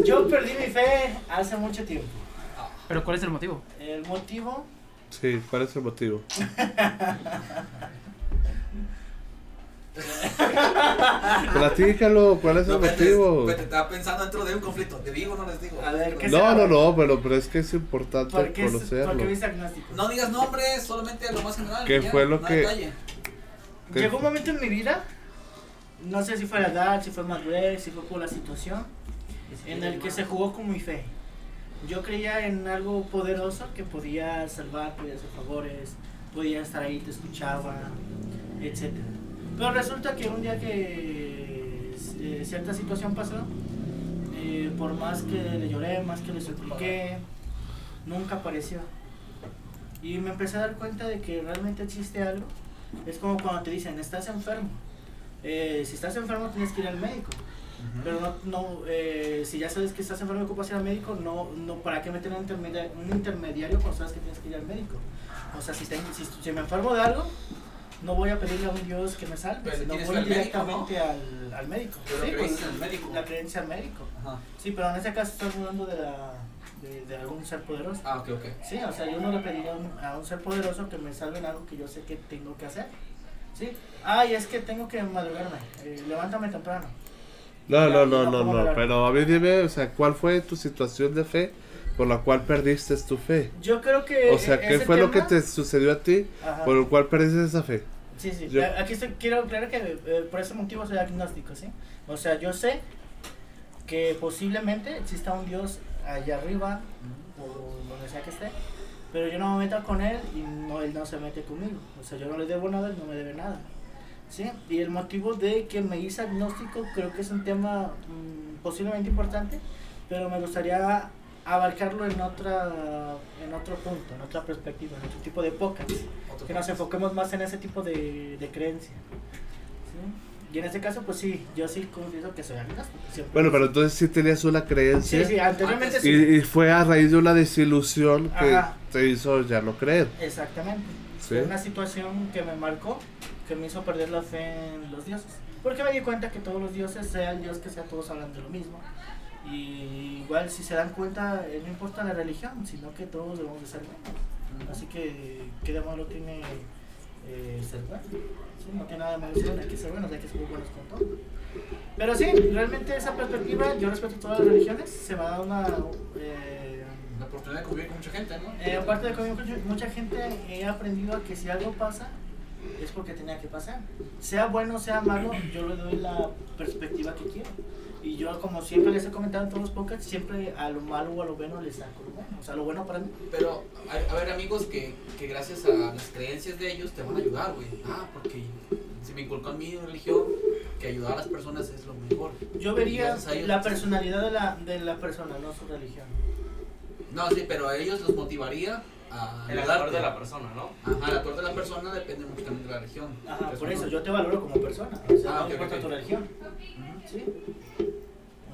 Speaker 2: Yo perdí mi fe hace mucho tiempo.
Speaker 5: ¿Pero cuál es el motivo?
Speaker 2: El motivo,
Speaker 4: Sí, ¿cuál es el motivo? Platícalo, ¿cuál es el
Speaker 6: No, pues,
Speaker 4: motivo?
Speaker 6: pues, te estaba pensando dentro de un conflicto. ¿Te digo o no les digo?
Speaker 2: A ver, ¿qué
Speaker 4: No, no, no, pero, pero es que es importante
Speaker 2: ¿por qué, es- ¿por
Speaker 4: conocerlo.
Speaker 2: qué fuiste agnóstico?
Speaker 6: No digas nombres, solamente lo más general.
Speaker 4: ¿Qué
Speaker 6: ya,
Speaker 4: fue lo
Speaker 6: no
Speaker 4: que-
Speaker 6: detalle.
Speaker 4: ¿Qué?
Speaker 2: Llegó un momento en mi vida, no sé si fue la edad, si fue madurez, si fue por la situación, en el que se jugó con mi fe. Yo creía en algo poderoso que podía salvar, podía hacer favores, podía estar ahí, te escuchaba, etc. Pero resulta que un día que eh, cierta situación pasó, eh, por más que le lloré, más que le supliqué, nunca apareció. Y me empecé a dar cuenta de que realmente existe algo es como cuando te dicen, estás enfermo. Eh, si estás enfermo tienes que ir al médico. Pero no, no eh, si ya sabes que estás enfermo y ocupas ir al médico, no, no, ¿para qué meter un intermediario, un intermediario cuando sabes que tienes que ir al médico? O sea, si, ten- si- si me enfermo de algo, no voy a pedirle a un Dios que me salve,
Speaker 6: Pero
Speaker 2: sino
Speaker 6: tienes
Speaker 2: voy
Speaker 6: al médico,
Speaker 2: directamente al, al médico.
Speaker 6: Pero
Speaker 2: Sí,
Speaker 6: la
Speaker 2: pues,
Speaker 6: creencia al médico.
Speaker 2: La creencia al médico.
Speaker 6: Ajá.
Speaker 2: Sí, pero en este caso estás hablando de, la, de, de algún ser poderoso.
Speaker 6: Ah, ok, ok.
Speaker 2: Sí, o sea, yo no le pediría a un, a un ser poderoso que me salve en algo que yo sé que tengo que hacer. Sí. Ay, es que tengo que madrugarme. eh, levántame temprano.
Speaker 4: No, no,
Speaker 2: Ya,
Speaker 4: no,
Speaker 2: ya,
Speaker 4: no,
Speaker 2: vamos a
Speaker 4: no,
Speaker 2: hablar.
Speaker 4: pero a mí dime, o sea, ¿cuál fue tu situación de fe por la cual perdiste tu fe?
Speaker 2: Yo creo que.
Speaker 4: O sea,
Speaker 2: e-
Speaker 4: ¿qué
Speaker 2: ese
Speaker 4: fue lo que
Speaker 2: tema-
Speaker 4: te sucedió a ti
Speaker 2: Ajá.
Speaker 4: por el cual perdiste esa fe?
Speaker 2: Sí, sí.
Speaker 4: yo-
Speaker 2: a- Aquí estoy, quiero aclarar que eh, por ese motivo soy agnóstico, ¿sí? O sea, yo sé que posiblemente exista un Dios allá arriba o donde sea que esté, pero yo no me meto con él y no, él no se mete conmigo. O sea, yo no le debo nada, él no me debe nada. ¿Sí? Y el motivo de que me hice agnóstico creo que es un tema mm, posiblemente importante, pero me gustaría abarcarlo en, otra, en otro punto, en otra perspectiva, en otro tipo de podcast
Speaker 6: Otro
Speaker 2: que nos
Speaker 6: punto.
Speaker 2: enfoquemos más en ese tipo de, de creencia. ¿sí? Y en este caso, pues sí, yo sí confieso que soy agnóstico. siempre.
Speaker 4: Bueno, Ah, pero entonces sí tenías una creencia.
Speaker 2: Sí, sí, anteriormente
Speaker 6: Antes-
Speaker 2: sí.
Speaker 4: Y, y fue a raíz de una desilusión que
Speaker 2: Ajá.
Speaker 4: te hizo ya no creer.
Speaker 2: Exactamente.
Speaker 4: Sí.
Speaker 2: Fue una situación que me marcó, que me hizo perder la fe en los dioses. Porque me di cuenta que todos los dioses, sea el dios que sea, todos hablan de lo mismo. Y igual, si se dan cuenta, eh, no importa la religión, sino que todos debemos de ser buenos. Así que, ¿qué de malo tiene eh, ser bueno? Sí, no tiene nada de malo ser bueno, hay que ser buenos, hay que ser buenos con todo. Pero sí, realmente esa perspectiva, yo respeto todas las religiones, se me ha dado una... eh,
Speaker 6: La oportunidad de convivir con mucha gente, ¿no?
Speaker 2: eh, aparte de que mucha- mucha gente he aprendido a que si algo pasa, es porque tenía que pasar. Sea bueno, sea malo, yo le doy la perspectiva que quiero. Y yo, como siempre les he comentado en todos los podcasts, siempre a lo malo o a lo bueno le saco lo bueno. O sea, lo bueno para mí.
Speaker 6: Pero, a, a ver, amigos, que, que gracias a las creencias de ellos te van a ayudar, güey. Ah, porque se me inculcó en mi religión, que ayudar a las personas es lo mejor.
Speaker 2: Yo vería
Speaker 6: Gracias a ellos.
Speaker 2: la personalidad de la, de la persona, no su religión.
Speaker 6: No, sí, pero a ellos los motivaría a
Speaker 3: El
Speaker 6: ayudarte.
Speaker 3: actor de la persona, ¿no?
Speaker 6: Ajá, el actor de la persona depende mucho también de la religión.
Speaker 2: Ajá,
Speaker 6: Entonces,
Speaker 2: por
Speaker 6: uno-
Speaker 2: eso yo te valoro como persona. O sea,
Speaker 6: Ah,
Speaker 2: no
Speaker 6: ok,
Speaker 2: importa
Speaker 6: ok.
Speaker 2: tu religión.
Speaker 6: Ujú.
Speaker 2: Sí.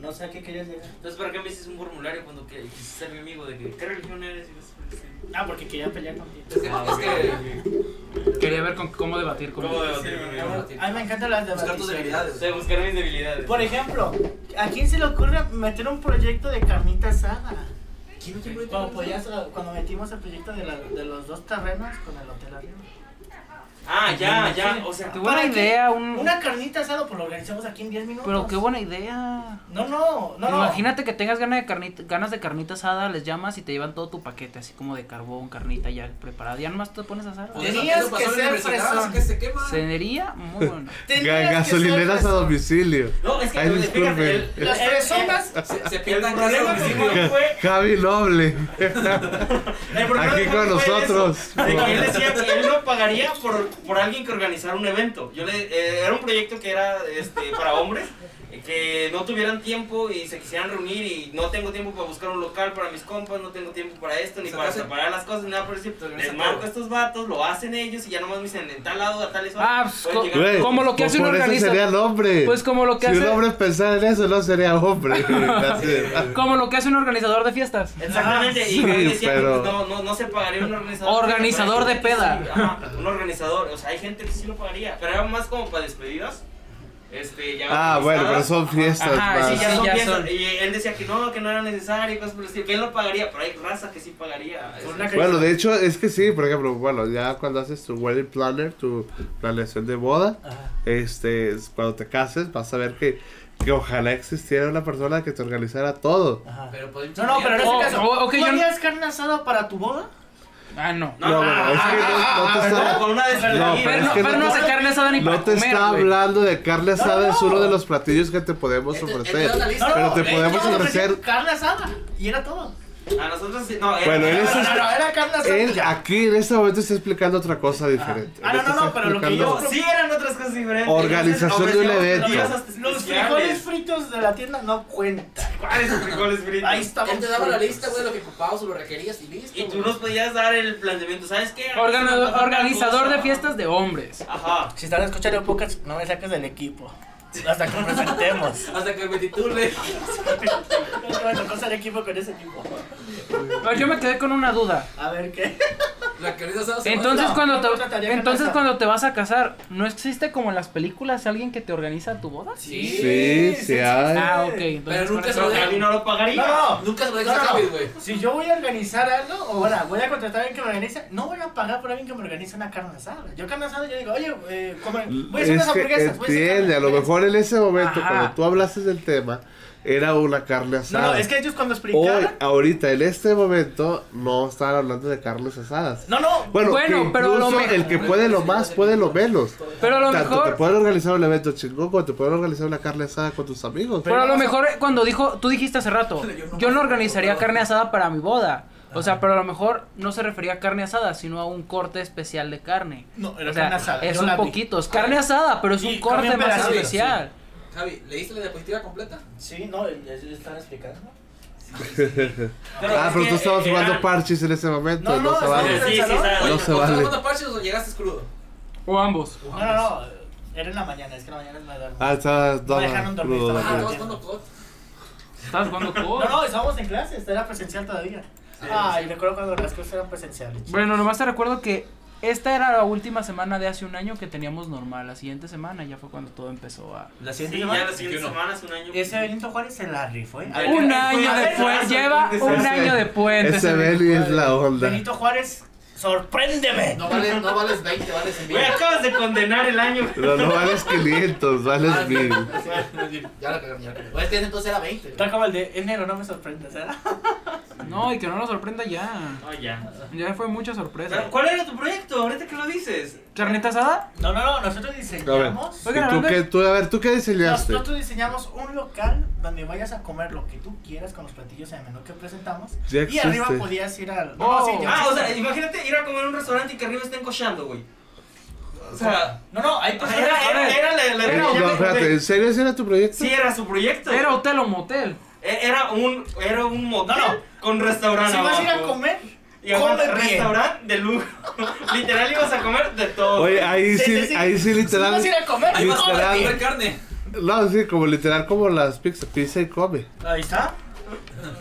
Speaker 2: No sé a qué querías llegar.
Speaker 3: Entonces, ¿para qué me hiciste un formulario cuando que- quisiste ser mi amigo? De que, ¿Qué religión eres? Y yo, "Sí".
Speaker 2: Ah, porque quería pelear contigo.
Speaker 6: Es que,
Speaker 3: Ah,
Speaker 6: es que
Speaker 5: Quería ver con, cómo debatir con
Speaker 3: ¿Cómo
Speaker 5: él.
Speaker 3: debatir
Speaker 2: A
Speaker 3: conmigo?
Speaker 6: bueno.
Speaker 2: mí- a mí me encantan las
Speaker 6: buscar tus
Speaker 2: debates.
Speaker 3: O
Speaker 6: debilidades.
Speaker 3: sea, buscar mis debilidades.
Speaker 2: Por ejemplo, ¿a quién se le ocurre meter un proyecto de carnita asada?
Speaker 6: ¿Quién no
Speaker 2: Cuando, podías- cuando metimos el proyecto de, la- de los dos terrenos con el hotel arriba.
Speaker 3: Ah, ya, ya. O sea,
Speaker 5: Qué buena
Speaker 2: ¿Para qué?
Speaker 5: idea, un...
Speaker 2: Una carnita asada, pues lo organizamos aquí en 10 minutos.
Speaker 5: Pero qué buena idea.
Speaker 2: No, no, no.
Speaker 5: Imagínate que tengas ganas de, carnita, ganas de carnita asada, les llamas y te llevan todo tu paquete, así como de carbón, carnita ya preparada. Ya nomás te pones a asar.
Speaker 2: Pues- Tenías que ser fresón.
Speaker 6: que se quema.
Speaker 5: Cenería, muy bueno.
Speaker 2: Tendrías
Speaker 4: Ga-
Speaker 2: que
Speaker 4: gasolineras
Speaker 2: ser
Speaker 4: a domicilio.
Speaker 3: no, es que,
Speaker 4: Ay,
Speaker 3: fíjate,
Speaker 4: disculpe.
Speaker 3: el-
Speaker 2: Las personas.
Speaker 6: Se, se
Speaker 3: el,
Speaker 6: pierdan casa
Speaker 3: problema
Speaker 6: de domicilio.
Speaker 3: conmigo fue
Speaker 4: Javi Noble,
Speaker 3: El problema
Speaker 4: aquí con
Speaker 3: fue eso,
Speaker 4: nosotros.
Speaker 3: de que él decía que él no pagaría por, por alguien que organizara un evento. Yo le, eh, era un proyecto que era este, para hombres eh, que no tuvieran tiempo y se quisieran reunir y no tengo tiempo para buscar un local para mis compas, no tengo tiempo para esto, ni
Speaker 6: O sea,
Speaker 3: para
Speaker 6: te hace-
Speaker 3: separar las cosas, ni nada por el estilo.
Speaker 6: organiza
Speaker 3: Les marco
Speaker 6: todo.
Speaker 3: a estos vatos, lo hacen ellos y ya nomás me dicen en tal lado, a tales
Speaker 5: Ah,
Speaker 3: horas,
Speaker 5: pues,
Speaker 3: pueden
Speaker 5: co-
Speaker 3: llegar".
Speaker 4: Güey, pues
Speaker 5: Como lo que hace
Speaker 4: por
Speaker 5: un
Speaker 4: eso
Speaker 5: organiza-
Speaker 4: sería el hombre.
Speaker 5: Pues como lo que
Speaker 4: si
Speaker 5: hace...
Speaker 4: un hombre pensara en eso, no sería hombre. ah, Gracias.
Speaker 5: Como lo que hace un organizador de fiestas.
Speaker 3: Exactamente, y
Speaker 4: Sí,
Speaker 3: Gaby decía
Speaker 4: pero-
Speaker 3: que pues, no, no, no se pagaría un organizador.
Speaker 5: Organizador
Speaker 3: Pero hay
Speaker 5: de
Speaker 3: gente
Speaker 5: peda.
Speaker 3: que sí, ajá, pues, un organizador, o sea, hay gente que sí lo pagaría, pero era más como para despedidas. Este, ya
Speaker 4: Ah, bueno, pero
Speaker 3: organizadas.
Speaker 4: son fiestas
Speaker 5: Ajá,
Speaker 4: más.
Speaker 3: Sí, ya
Speaker 5: Sí,
Speaker 3: son
Speaker 5: ya
Speaker 3: fiestas,
Speaker 5: son.
Speaker 3: Y él decía que no, que no era necesario, y cosas por el estilo, que él no pagaría, pero hay raza que sí pagaría. este,
Speaker 2: Por una
Speaker 4: Bueno, de hecho, es que sí, por ejemplo, bueno, ya cuando haces tu wedding planner, tu planeación de boda, este, es cuando te cases, vas a ver que, que ojalá existiera una persona que te organizara todo.
Speaker 2: Ajá.
Speaker 6: Pero podemos-
Speaker 2: No, no, pero en
Speaker 5: Oh,
Speaker 2: ese caso.
Speaker 5: oh, ok,
Speaker 2: ¿Tú
Speaker 5: yo-
Speaker 2: harías carne asada para tu boda?
Speaker 5: Ah, no.
Speaker 4: No, bueno, es que no, no te
Speaker 3: no,
Speaker 4: está,
Speaker 3: con una
Speaker 4: No,
Speaker 3: despedida.
Speaker 4: pero es
Speaker 5: Pero no,
Speaker 4: que
Speaker 5: pero
Speaker 4: no-
Speaker 5: no hace carne asada ni
Speaker 4: no
Speaker 5: para
Speaker 4: te
Speaker 5: comer,
Speaker 4: está
Speaker 5: güey.
Speaker 4: hablando de carne asada,
Speaker 2: No,
Speaker 4: es uno
Speaker 2: no.
Speaker 4: de los platillos que te podemos
Speaker 6: Este-
Speaker 4: ofrecer.
Speaker 6: este es la
Speaker 2: No,
Speaker 6: lista.
Speaker 2: no, eh,
Speaker 4: Pero te
Speaker 2: no,
Speaker 4: podemos
Speaker 2: ellos ofrecían
Speaker 4: ofrecer-
Speaker 2: Carne asada. Y era todo.
Speaker 3: A nosotros sí, no, era-
Speaker 4: Bueno, él es-
Speaker 2: No, no, no, era carne asada.
Speaker 4: Él aquí en este momento está explicando otra cosa diferente.
Speaker 2: Ah, no,
Speaker 4: Ahorita
Speaker 2: no, no,
Speaker 4: está
Speaker 2: pero lo que
Speaker 4: explicando-
Speaker 2: yo-
Speaker 3: Sí, eran otras cosas diferentes.
Speaker 4: Organización de un
Speaker 3: Ofrecíamos
Speaker 4: evento.
Speaker 3: bebidas hasta
Speaker 2: Los
Speaker 3: especiales.
Speaker 2: frijoles fritos de la tienda no cuentan.
Speaker 3: ¿Cuáles frijoles fritos?
Speaker 2: Ahí estamos.
Speaker 6: Él te daba la lista, güey, de lo que ocupabas o lo requerías y listo.
Speaker 3: Y tú
Speaker 6: güey.
Speaker 3: nos podías dar el planteamiento, ¿sabes qué?
Speaker 5: Organo-
Speaker 3: Vamos a
Speaker 5: organizador
Speaker 3: una
Speaker 5: de fiestas de hombres.
Speaker 3: Ajá.
Speaker 2: Si están escuchando pocas, no me saques del equipo. Hasta que presentemos.
Speaker 6: Hasta que me titule.
Speaker 2: No te vas a pasar equipo con ese equipo.
Speaker 5: A ver, yo me quedé con una duda.
Speaker 2: A ver qué.
Speaker 6: La que ahorita estaba-
Speaker 5: Entonces
Speaker 2: no,
Speaker 5: cuando
Speaker 2: no
Speaker 5: te,
Speaker 2: trataría que
Speaker 5: entonces
Speaker 2: pasa.
Speaker 5: cuando te vas a casar, ¿no existe como en las películas alguien que te organiza tu boda?
Speaker 6: Sí.
Speaker 4: Sí, sí hay.
Speaker 5: Ah, ok. Entonces,
Speaker 6: Pero nunca
Speaker 5: con
Speaker 6: se
Speaker 5: eso-
Speaker 3: Pero Javi no lo pagaría.
Speaker 2: No,
Speaker 6: Nunca se lo
Speaker 2: No,
Speaker 6: dejas a
Speaker 2: no.
Speaker 6: Javi, güey.
Speaker 2: Si yo voy a organizar algo, o ahora voy a contratar a alguien que me organice, no voy a pagar por alguien que me organice una carne asada. Yo carne asada, yo digo, oye, eh, come- voy a hacer
Speaker 4: es
Speaker 2: unas
Speaker 4: que
Speaker 2: hamburguesas. voy a hacer
Speaker 4: entiende,
Speaker 2: carne
Speaker 4: a lo
Speaker 2: hamburguesas.
Speaker 4: mejor en ese momento,
Speaker 5: Ajá.
Speaker 4: cuando tú hablaste del tema, era una
Speaker 2: No,
Speaker 4: carne asada.
Speaker 2: no, es que ellos cuando
Speaker 4: Hoy,
Speaker 2: explicaron.
Speaker 4: ahorita, en este momento, no estaban hablando de carnes asadas.
Speaker 2: No, no.
Speaker 4: Bueno,
Speaker 5: Bueno,
Speaker 4: que
Speaker 5: pero lo
Speaker 4: incluso
Speaker 5: me-
Speaker 4: el que puede lo más, puede lo menos.
Speaker 5: Pero a lo
Speaker 4: Tanto te
Speaker 5: mejor
Speaker 4: pueden organizar un evento chingón, como te pueden organizar una carne asada con tus amigos.
Speaker 5: Pero a lo mejor eh, cuando dijo, tú dijiste hace rato,
Speaker 6: Yo no
Speaker 5: yo
Speaker 6: me
Speaker 5: no
Speaker 6: acuerdo,
Speaker 5: organizaría
Speaker 6: pero-
Speaker 5: carne asada para mi boda. O sea, pero a lo mejor no se refería a carne asada, sino a un corte especial de carne.
Speaker 2: No, era
Speaker 5: O sea,
Speaker 2: carne asada.
Speaker 5: es
Speaker 2: yo
Speaker 5: un
Speaker 2: la vi.
Speaker 5: poquito, es carne asada, pero es
Speaker 2: Y
Speaker 5: un
Speaker 2: comí
Speaker 5: corte
Speaker 2: un
Speaker 5: más
Speaker 2: pedacito,
Speaker 5: especial.
Speaker 6: Javi, ¿leíste la diapositiva completa?
Speaker 2: Sí, no, ya ya están explicando.
Speaker 4: ah,
Speaker 3: es
Speaker 4: pero
Speaker 3: que
Speaker 4: tú estabas
Speaker 3: eran-
Speaker 4: jugando parches en ese momento.
Speaker 2: No,
Speaker 4: No,
Speaker 2: no,
Speaker 4: se
Speaker 2: es-
Speaker 4: vale.
Speaker 3: Sí, sí,
Speaker 2: No
Speaker 3: sabes.
Speaker 4: No se vale.
Speaker 6: ¿Cuándo parches o llegaste crudo?
Speaker 5: O ambos.
Speaker 2: No, no, no. Era en la mañana, es que en la mañana es duermo.
Speaker 4: Ah, estabas
Speaker 2: No dejaron dormir,
Speaker 4: crudo,
Speaker 2: estaba-
Speaker 6: Ah,
Speaker 4: ¿no?
Speaker 6: ¿estabas jugando COD?
Speaker 5: Estabas jugando
Speaker 2: No,
Speaker 5: codo.
Speaker 2: no, estábamos en clases, era presencial todavía. Ay, recuerdo cuando las cosas eran presenciales.
Speaker 5: Bueno, nomás te recuerdo que esta era la última semana de hace un año que teníamos normal. La siguiente semana ya fue cuando todo empezó a.
Speaker 2: La
Speaker 3: Sí, ya las siguientes semanas, un año.
Speaker 2: Ese Benito Juárez se la rifó, ¿eh?
Speaker 3: Ya, ya,
Speaker 5: Un
Speaker 3: ya,
Speaker 5: año
Speaker 3: ya, ya,
Speaker 5: después,
Speaker 3: ya,
Speaker 5: lleva
Speaker 3: ya,
Speaker 5: un
Speaker 4: Ese-
Speaker 5: año de
Speaker 4: Ese
Speaker 5: puente. ese
Speaker 4: Benny es la onda.
Speaker 2: Benito Juárez, sorpréndeme.
Speaker 6: No vales, no vales 20, vales
Speaker 3: Güey,
Speaker 6: 1000.
Speaker 3: acabas de condenar el año.
Speaker 4: No, no vales 500,
Speaker 3: Ah,
Speaker 4: vales 1000.
Speaker 6: Ya la cagaron, ya la cagaron. Pues que ese entonces era 20. güey.
Speaker 2: Está como el de enero, no me sorprendas, ¿eh? ¿verdad?
Speaker 5: No, y que no nos sorprenda ya.
Speaker 3: No, ya.
Speaker 5: Ya fue mucha sorpresa.
Speaker 3: Pero, ¿Cuál era tu proyecto? Ahorita que lo dices.
Speaker 5: ¿Carnita asada?
Speaker 2: No, no, no, nosotros
Speaker 4: A ver,
Speaker 2: diseñamos.
Speaker 5: Oigan,
Speaker 4: ¿y tú
Speaker 5: hablando de-
Speaker 4: qué, tú, a ver, ¿tú qué diseñaste?
Speaker 2: Nosotros diseñamos un local donde vayas a comer lo que tú quieras con los platillos en el menú que presentamos.
Speaker 4: Ya
Speaker 2: Y arriba
Speaker 4: existe.
Speaker 2: podías ir al.
Speaker 5: Oh.
Speaker 2: No, sí, ya
Speaker 3: Ah, o sea,
Speaker 2: existe.
Speaker 3: imagínate ir a comer a un restaurante y que arriba estén cochando, güey. O sea,
Speaker 6: No, no, hay
Speaker 3: era,
Speaker 6: personas.
Speaker 3: era, era la- la- ya
Speaker 5: Era-
Speaker 4: Eh, no,
Speaker 3: me acordé.
Speaker 4: espérate, ¿en serio ese era tu proyecto?
Speaker 3: Sí, era su proyecto.
Speaker 5: Era hotel o motel.
Speaker 3: E- Era un, era un motel
Speaker 6: No, no.
Speaker 3: con restaurante.
Speaker 2: Si vas a ir a
Speaker 3: abajo.
Speaker 2: comer,
Speaker 3: Y aparte,
Speaker 6: come bien.
Speaker 3: restaurante de lujo. Literal ibas a comer de todo.
Speaker 4: Oye, ahí
Speaker 2: Sí,
Speaker 4: sí,
Speaker 2: sí, sí.
Speaker 4: ahí sí
Speaker 2: si vas
Speaker 4: literal.
Speaker 2: a ir a comer,
Speaker 4: Ahí
Speaker 6: Hay personas
Speaker 4: literal.
Speaker 6: que comer carne.
Speaker 4: No, sí, como literal como las pizzas, pizza y come.
Speaker 2: ahí está.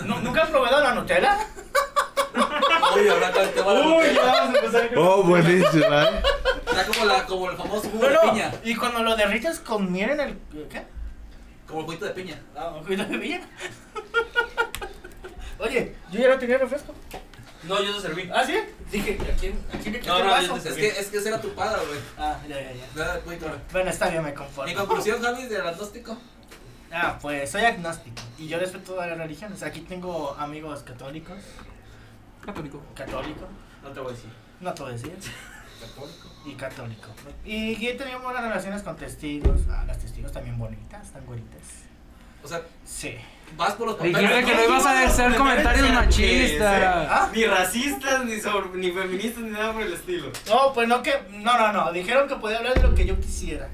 Speaker 2: Nu- ¿Nunca has probado la Nutella?
Speaker 6: Uy, ahora te te va la
Speaker 2: Uy, ya vas a empezar con-
Speaker 4: Oh, buenísima, ¿eh?
Speaker 6: Está como, la, como el famoso jugo
Speaker 2: No,
Speaker 6: de
Speaker 2: no,
Speaker 6: piña.
Speaker 2: y cuando lo derritas con miel en el... ¿Qué?
Speaker 6: Como el juguito de piña.
Speaker 2: Ah, ok, no bebía. Oye, yo ya no tenía refresco.
Speaker 3: No, yo te serví.
Speaker 2: ¿Ah, sí? Dije, ¿a quién, a quién le quitó
Speaker 3: No,
Speaker 2: el
Speaker 3: no,
Speaker 2: vaso?
Speaker 3: yo te
Speaker 6: Es que, es que ese era tu padre, güey.
Speaker 2: Ah, ya, ya, ya.
Speaker 6: Nada, güey, claro.
Speaker 2: Bueno, está bien, me
Speaker 6: En
Speaker 2: conformo.
Speaker 6: conclusión, Javi, del agnóstico.
Speaker 2: Ah, pues soy agnóstico y yo respeto todas las religiones. Aquí tengo amigos católicos,
Speaker 5: Católico.
Speaker 2: católico,
Speaker 3: No te voy a decir.
Speaker 2: no te voy a decir,
Speaker 6: Católico.
Speaker 2: y católico. Y he tenido buenas relaciones con testigos. Ah, las testigos también bonitas, tan bonitas.
Speaker 6: O sea,
Speaker 2: Sí.
Speaker 6: vas por los papeles.
Speaker 5: Dijiste que no ibas a hacer comentarios machistas.
Speaker 2: Ah,
Speaker 3: Ni racistas, ni, sobre- ni feministas, ni nada por el estilo.
Speaker 2: No, pues no que. No, no, no. Dijeron que podía hablar de lo que yo quisiera.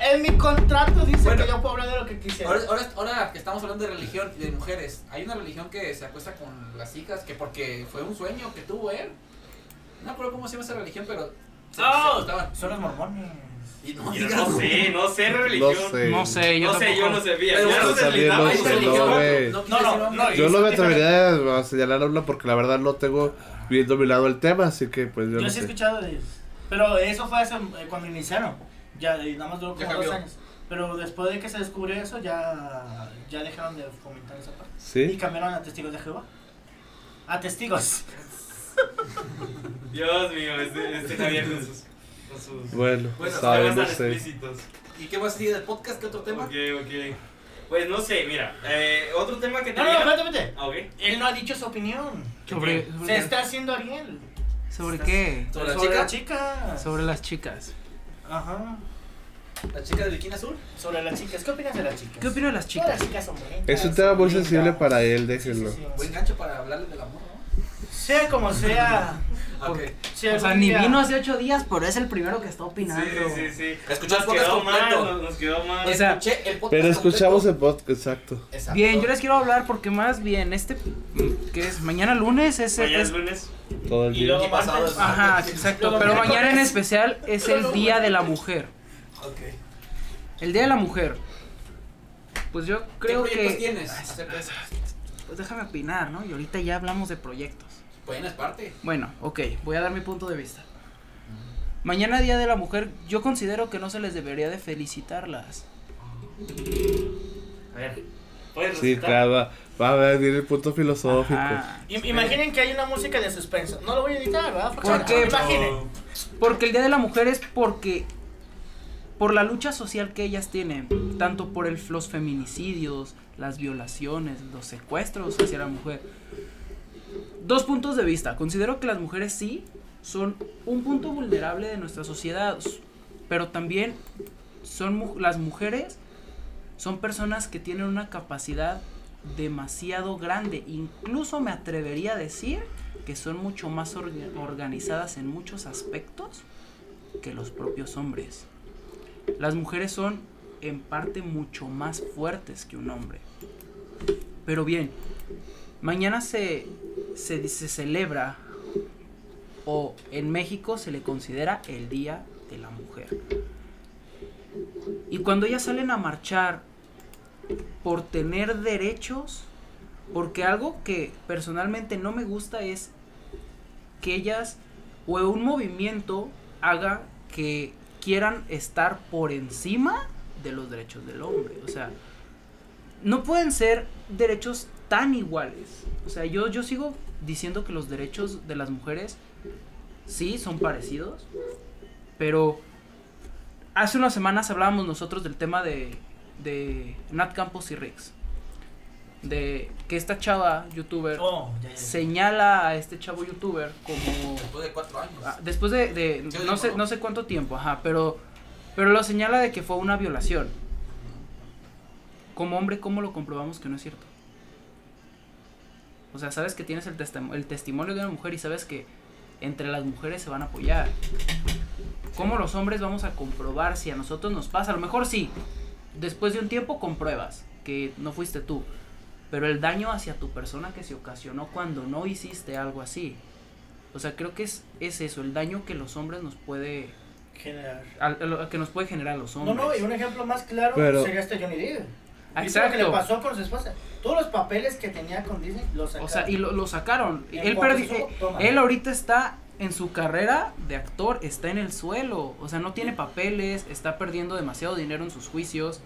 Speaker 2: En mi contrato dice
Speaker 6: Bueno.
Speaker 2: que yo puedo hablar de lo que quisiera.
Speaker 6: Ahora, ahora, ahora que estamos hablando de religión y de mujeres, hay una religión que se acuesta con las hijas, que porque fue un sueño que tuvo él. No me acuerdo cómo se llama esa religión, pero se,
Speaker 3: Ah.
Speaker 6: se acostaban.
Speaker 2: Son los mormones.
Speaker 6: Y no,
Speaker 3: Yo
Speaker 6: digas,
Speaker 3: no sé, no sé religión.
Speaker 4: No sé.
Speaker 5: No sé, yo
Speaker 3: No sé, yo
Speaker 5: tampoco.
Speaker 3: no sabía.
Speaker 6: Pero
Speaker 3: Yo no
Speaker 6: bueno,
Speaker 3: sé,
Speaker 4: también
Speaker 3: nada,
Speaker 4: no
Speaker 6: hay
Speaker 3: yo
Speaker 6: una
Speaker 4: sé,
Speaker 3: no-
Speaker 6: religión,
Speaker 4: güey.
Speaker 6: no quise
Speaker 2: No, no,
Speaker 6: decir nombre.
Speaker 2: no,
Speaker 4: Yo no me
Speaker 2: Disculpe,
Speaker 4: atrevería a señalar uno porque la verdad no tengo bien dominado el tema, así que pues yo
Speaker 2: Yo
Speaker 4: no
Speaker 2: sí he
Speaker 4: sé.
Speaker 2: escuchado de ellos. Pero eso fue hace, eh, cuando iniciaron. Ya eh, nada más duró
Speaker 6: Ya
Speaker 2: como dos
Speaker 6: cambió.
Speaker 2: años. Pero después de que se descubrió eso, ya, ya dejaron de fomentar esa parte. Y
Speaker 4: ¿Sí?
Speaker 2: cambiaron a testigos de Jehová. A testigos.
Speaker 3: Dios mío, este, este Javier con sus. Con sus
Speaker 4: Bueno, pues,
Speaker 3: bueno,
Speaker 4: sabe,
Speaker 3: temas
Speaker 4: no
Speaker 3: tan
Speaker 4: sé.
Speaker 3: explícitos.
Speaker 6: ¿Y qué más sigue del podcast? ¿Qué otro tema?
Speaker 3: Ok, ok. Pues no sé, mira. Eh, otro tema que
Speaker 2: No, no, no,
Speaker 3: tenía.
Speaker 2: espérate, espérate.
Speaker 3: Ah, ok.
Speaker 2: Él no ha dicho su opinión.
Speaker 5: ¿Sobre,
Speaker 2: Se
Speaker 5: sobre,
Speaker 2: está haciendo Ariel.
Speaker 5: sobre qué?
Speaker 6: ¿Sobre la
Speaker 2: la
Speaker 6: chica?
Speaker 2: chica.
Speaker 5: Sobre las chicas.
Speaker 2: Ajá.
Speaker 6: ¿La chica del bikini azul?
Speaker 2: Sobre las chicas. ¿Qué opinas de las chicas?
Speaker 5: ¿Qué opinan las
Speaker 2: Todas
Speaker 5: chicas?
Speaker 2: Las chicas son bonitas,
Speaker 4: Es un tema muy
Speaker 2: son
Speaker 4: sensible
Speaker 2: lindas.
Speaker 4: para él,
Speaker 2: Sí, sí,
Speaker 4: déjenlo.
Speaker 2: sí.
Speaker 6: Buen gancho para hablarle del amor, ¿no?
Speaker 2: Sea como sea.
Speaker 6: Ok.
Speaker 2: si
Speaker 5: o sea,
Speaker 2: algún
Speaker 5: ni
Speaker 2: día-
Speaker 5: vino hace ocho días, pero es el primero que está opinando.
Speaker 3: Sí, sí, sí.
Speaker 6: Escuchó el
Speaker 3: Nos
Speaker 6: podcast
Speaker 3: quedó
Speaker 6: completo. Pues,
Speaker 3: mal, nos, nos quedó mal.
Speaker 5: O sea,
Speaker 6: Escuché el podcast
Speaker 4: Pero escuchamos
Speaker 6: completo.
Speaker 4: el podcast, exacto.
Speaker 6: Exacto.
Speaker 5: Bien, yo les quiero hablar porque más bien este que es mañana lunes es,
Speaker 3: Mañana es
Speaker 6: pues.
Speaker 5: es-
Speaker 3: lunes.
Speaker 4: Todo el
Speaker 3: Y
Speaker 4: día.
Speaker 3: luego-
Speaker 6: Y pasado es-
Speaker 5: ajá, exacto, pero mañana en especial es el Día de la Mujer.
Speaker 6: Ok.
Speaker 5: El Día de la Mujer. Pues yo creo
Speaker 6: ¿Qué proyectos
Speaker 5: que
Speaker 6: tienes? acerca de eso?
Speaker 5: pues déjame opinar, ¿no? Y ahorita ya hablamos de proyectos.
Speaker 6: Bueno, es parte.
Speaker 5: Bueno, ok, voy a dar mi punto de vista. Mañana Día de la Mujer, yo considero que no se les debería de felicitarlas.
Speaker 3: A ver. ¿Puedes
Speaker 4: Sí,
Speaker 3: recitar?
Speaker 4: claro, va, va a ver, viene el punto filosófico.
Speaker 5: Ajá.
Speaker 2: Im- Imaginen que hay una música de suspenso. No lo voy a editar, ¿verdad?
Speaker 5: ¿Por qué?
Speaker 2: Imaginen.
Speaker 5: Porque el Día de la Mujer es porque por la lucha social que ellas tienen, tanto por el, los feminicidios, las violaciones, los secuestros hacia la mujer. Dos puntos de vista. Considero que las mujeres sí son un punto vulnerable de nuestra sociedad, s- pero también son mu- las mujeres son personas que tienen una capacidad demasiado grande, incluso me atrevería a decir que son mucho más orga- organizadas en muchos aspectos que los propios hombres. Las mujeres son en parte mucho más fuertes que un hombre. Pero bien, mañana se, se, se celebra o en México se le considera el Día de la Mujer. Y cuando ellas salen a marchar por tener derechos, porque algo que personalmente no me gusta es que ellas o un movimiento haga que quieran estar por encima de los derechos del hombre. O sea, no pueden ser derechos tan iguales. O sea, yo, yo sigo diciendo que los derechos de las mujeres sí son parecidos, pero hace unas semanas hablábamos nosotros del tema de, de Nat Campos y Rix. De que esta chava, youtuber,
Speaker 2: Oh, ya, ya.
Speaker 5: señala a este chavo youtuber como
Speaker 6: Después de cuatro años.
Speaker 5: ah, después de, de-
Speaker 6: Yo
Speaker 5: no
Speaker 6: digo,
Speaker 5: sé
Speaker 6: ¿no?
Speaker 5: no sé cuánto tiempo ajá pero pero lo señala de que fue una violación como hombre cómo lo comprobamos que no es cierto o sea sabes que tienes el, testam- el testimonio de una mujer y sabes que entre las mujeres se van a apoyar. ¿Cómo los hombres vamos a comprobar si a nosotros nos pasa? A lo mejor sí, después de un tiempo compruebas que no fuiste tú, pero el daño hacia tu persona que se ocasionó cuando no hiciste algo así. O sea, creo que es, es eso, el daño que los hombres nos puede,
Speaker 2: Generar.
Speaker 5: al- a lo- que nos puede generar a los
Speaker 2: No,
Speaker 5: hombres.
Speaker 2: no, y un ejemplo más claro
Speaker 4: Pero-
Speaker 2: sería este Johnny Depp.
Speaker 5: Ah,
Speaker 2: ¿Viste lo que le
Speaker 5: exacto.
Speaker 2: pasó con su esposa? Todos los papeles que tenía con Disney los sacó.
Speaker 5: O sea, y lo, lo sacaron.
Speaker 2: En
Speaker 5: Él,
Speaker 2: cuanto
Speaker 5: perdi-
Speaker 2: supo,
Speaker 5: eh,
Speaker 2: toma.
Speaker 5: él ahorita está en su carrera de actor, está en el suelo. O sea, no tiene papeles, está perdiendo demasiado dinero en sus juicios.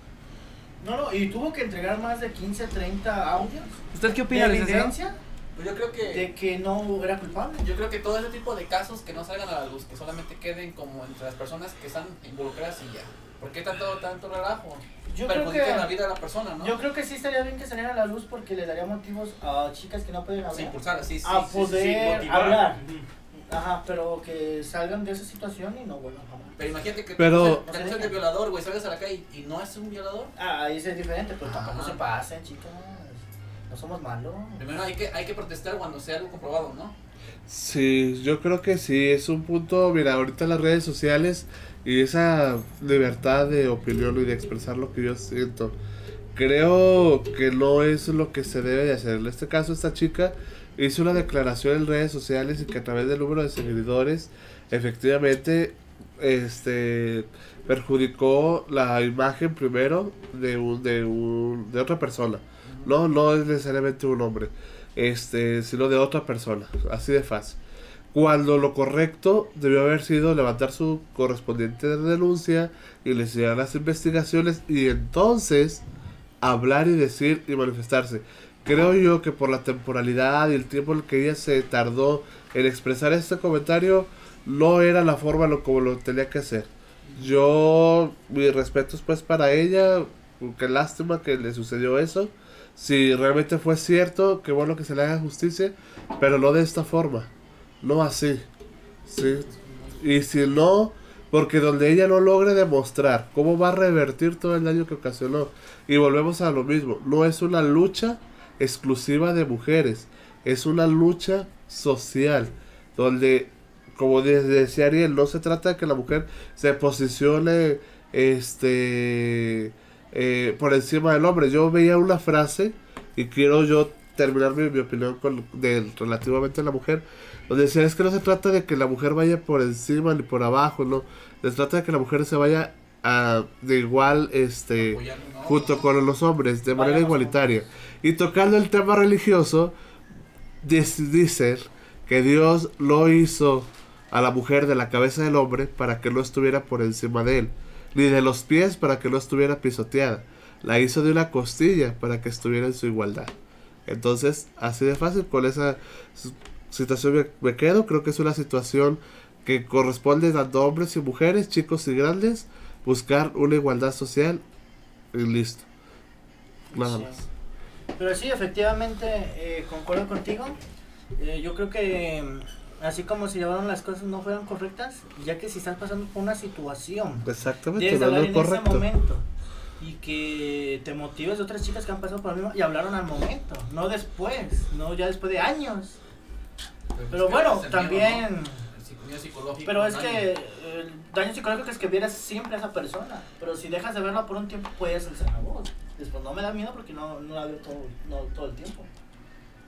Speaker 2: No, no, y tuvo que entregar más de 15, 30 audios
Speaker 5: ¿Usted qué
Speaker 2: de
Speaker 5: opina, licenciado?
Speaker 2: evidencia
Speaker 6: Pues yo creo que...
Speaker 2: de que no era culpable.
Speaker 6: Yo creo que todo ese tipo de casos que no salgan a la luz, que solamente queden como entre las personas que están involucradas y ya. ¿Por qué tanto, tanto relajo?
Speaker 2: Yo creo
Speaker 6: Perjudica la
Speaker 2: que
Speaker 6: vida de la persona, ¿no?
Speaker 2: yo creo que sí estaría bien que saliera a la luz porque le daría motivos a chicas que no pueden
Speaker 6: Sí,
Speaker 2: hablar.
Speaker 6: impulsar, sí, sí,
Speaker 2: A
Speaker 6: sí, sí, sí,
Speaker 2: poder
Speaker 6: motivar.
Speaker 2: hablar. Ajá, pero que salgan de esa situación y no vuelvan a hablar.
Speaker 6: Pero imagínate que
Speaker 4: Pero-
Speaker 6: tú eres el violador, güey, salgas a la calle y no es un violador.
Speaker 2: Ah, ahí sí es diferente, pero tampoco
Speaker 6: Ah.
Speaker 2: se pasen, chicas. No somos malos.
Speaker 6: Primero hay que, hay que protestar cuando sea algo comprobado, ¿no?
Speaker 4: Sí, yo creo que sí, es un punto, mira, ahorita las redes sociales y esa libertad de opinión y de expresar lo que yo siento, creo que no es lo que se debe de hacer. En este caso, esta chica hizo una declaración en redes sociales y que a través del número de seguidores, efectivamente, este, perjudicó la imagen primero de, un, de, un, de otra persona. No, no es necesariamente un hombre este, sino de otra persona, así de fácil. Cuando lo correcto debió haber sido levantar su correspondiente denuncia y iniciar las investigaciones y entonces hablar y decir y manifestarse. Creo yo que por la temporalidad y el tiempo en el que ella se tardó en expresar este comentario, no era la forma lo, como lo tenía que hacer. Yo, mis respetos pues para ella, qué lástima que le sucedió eso. Si realmente fue cierto, qué bueno que se le haga justicia, pero no de esta forma, no así. ¿sí? Y si no, porque donde ella no logre demostrar cómo va a revertir todo el daño que ocasionó, y volvemos a lo mismo, no es una lucha exclusiva de mujeres, es una lucha social, donde, como de- decía Ariel, no se trata de que la mujer se posicione este eh, por encima del hombre. Yo veía una frase y quiero yo terminar mi, mi opinión con, de- relativamente a la mujer. Donde decía, es que no se trata de que la mujer vaya por encima ni por abajo, no. Se trata de que la mujer se vaya a- de igual, este
Speaker 6: Apoyar, ¿no?
Speaker 4: junto con los hombres este, de manera
Speaker 2: Vaya,
Speaker 4: igualitaria. Y tocando el tema religioso, dis- dicen que Dios lo hizo a la mujer de la cabeza del hombre para que no estuviera por encima de él, ni de los pies para que no estuviera pisoteada. La hizo de una costilla para que estuviera en su igualdad. Entonces, así de fácil, con esa s- situación me, me quedo. Creo que es una situación que corresponde tanto a hombres y mujeres, chicos y grandes, buscar una igualdad social y listo. Nada
Speaker 2: Sí.
Speaker 4: más.
Speaker 2: Pero sí, efectivamente, eh, concuerdo contigo. Eh, yo creo que mm, así como se llevaron las cosas no fueron correctas, ya que si estás pasando por una situación,
Speaker 4: Exactamente,
Speaker 2: debes
Speaker 4: no es
Speaker 2: hablar
Speaker 4: lo
Speaker 2: en ese
Speaker 4: correcto.
Speaker 2: momento. Y que te motives de otras chicas que han pasado por lo mismo y hablaron al momento, no después, no ya después de años. Pero
Speaker 6: es que
Speaker 2: bueno,
Speaker 6: es el miedo,
Speaker 2: también...
Speaker 6: ¿no? El psic- miedo psicológico,
Speaker 2: Pero es
Speaker 6: ¿no?
Speaker 2: que eh, el daño psicológico es que vieras siempre a esa persona. Pero si dejas de verla por un tiempo, puedes alzar la voz. Después no me da miedo porque no, no la veo todo, no, todo el tiempo.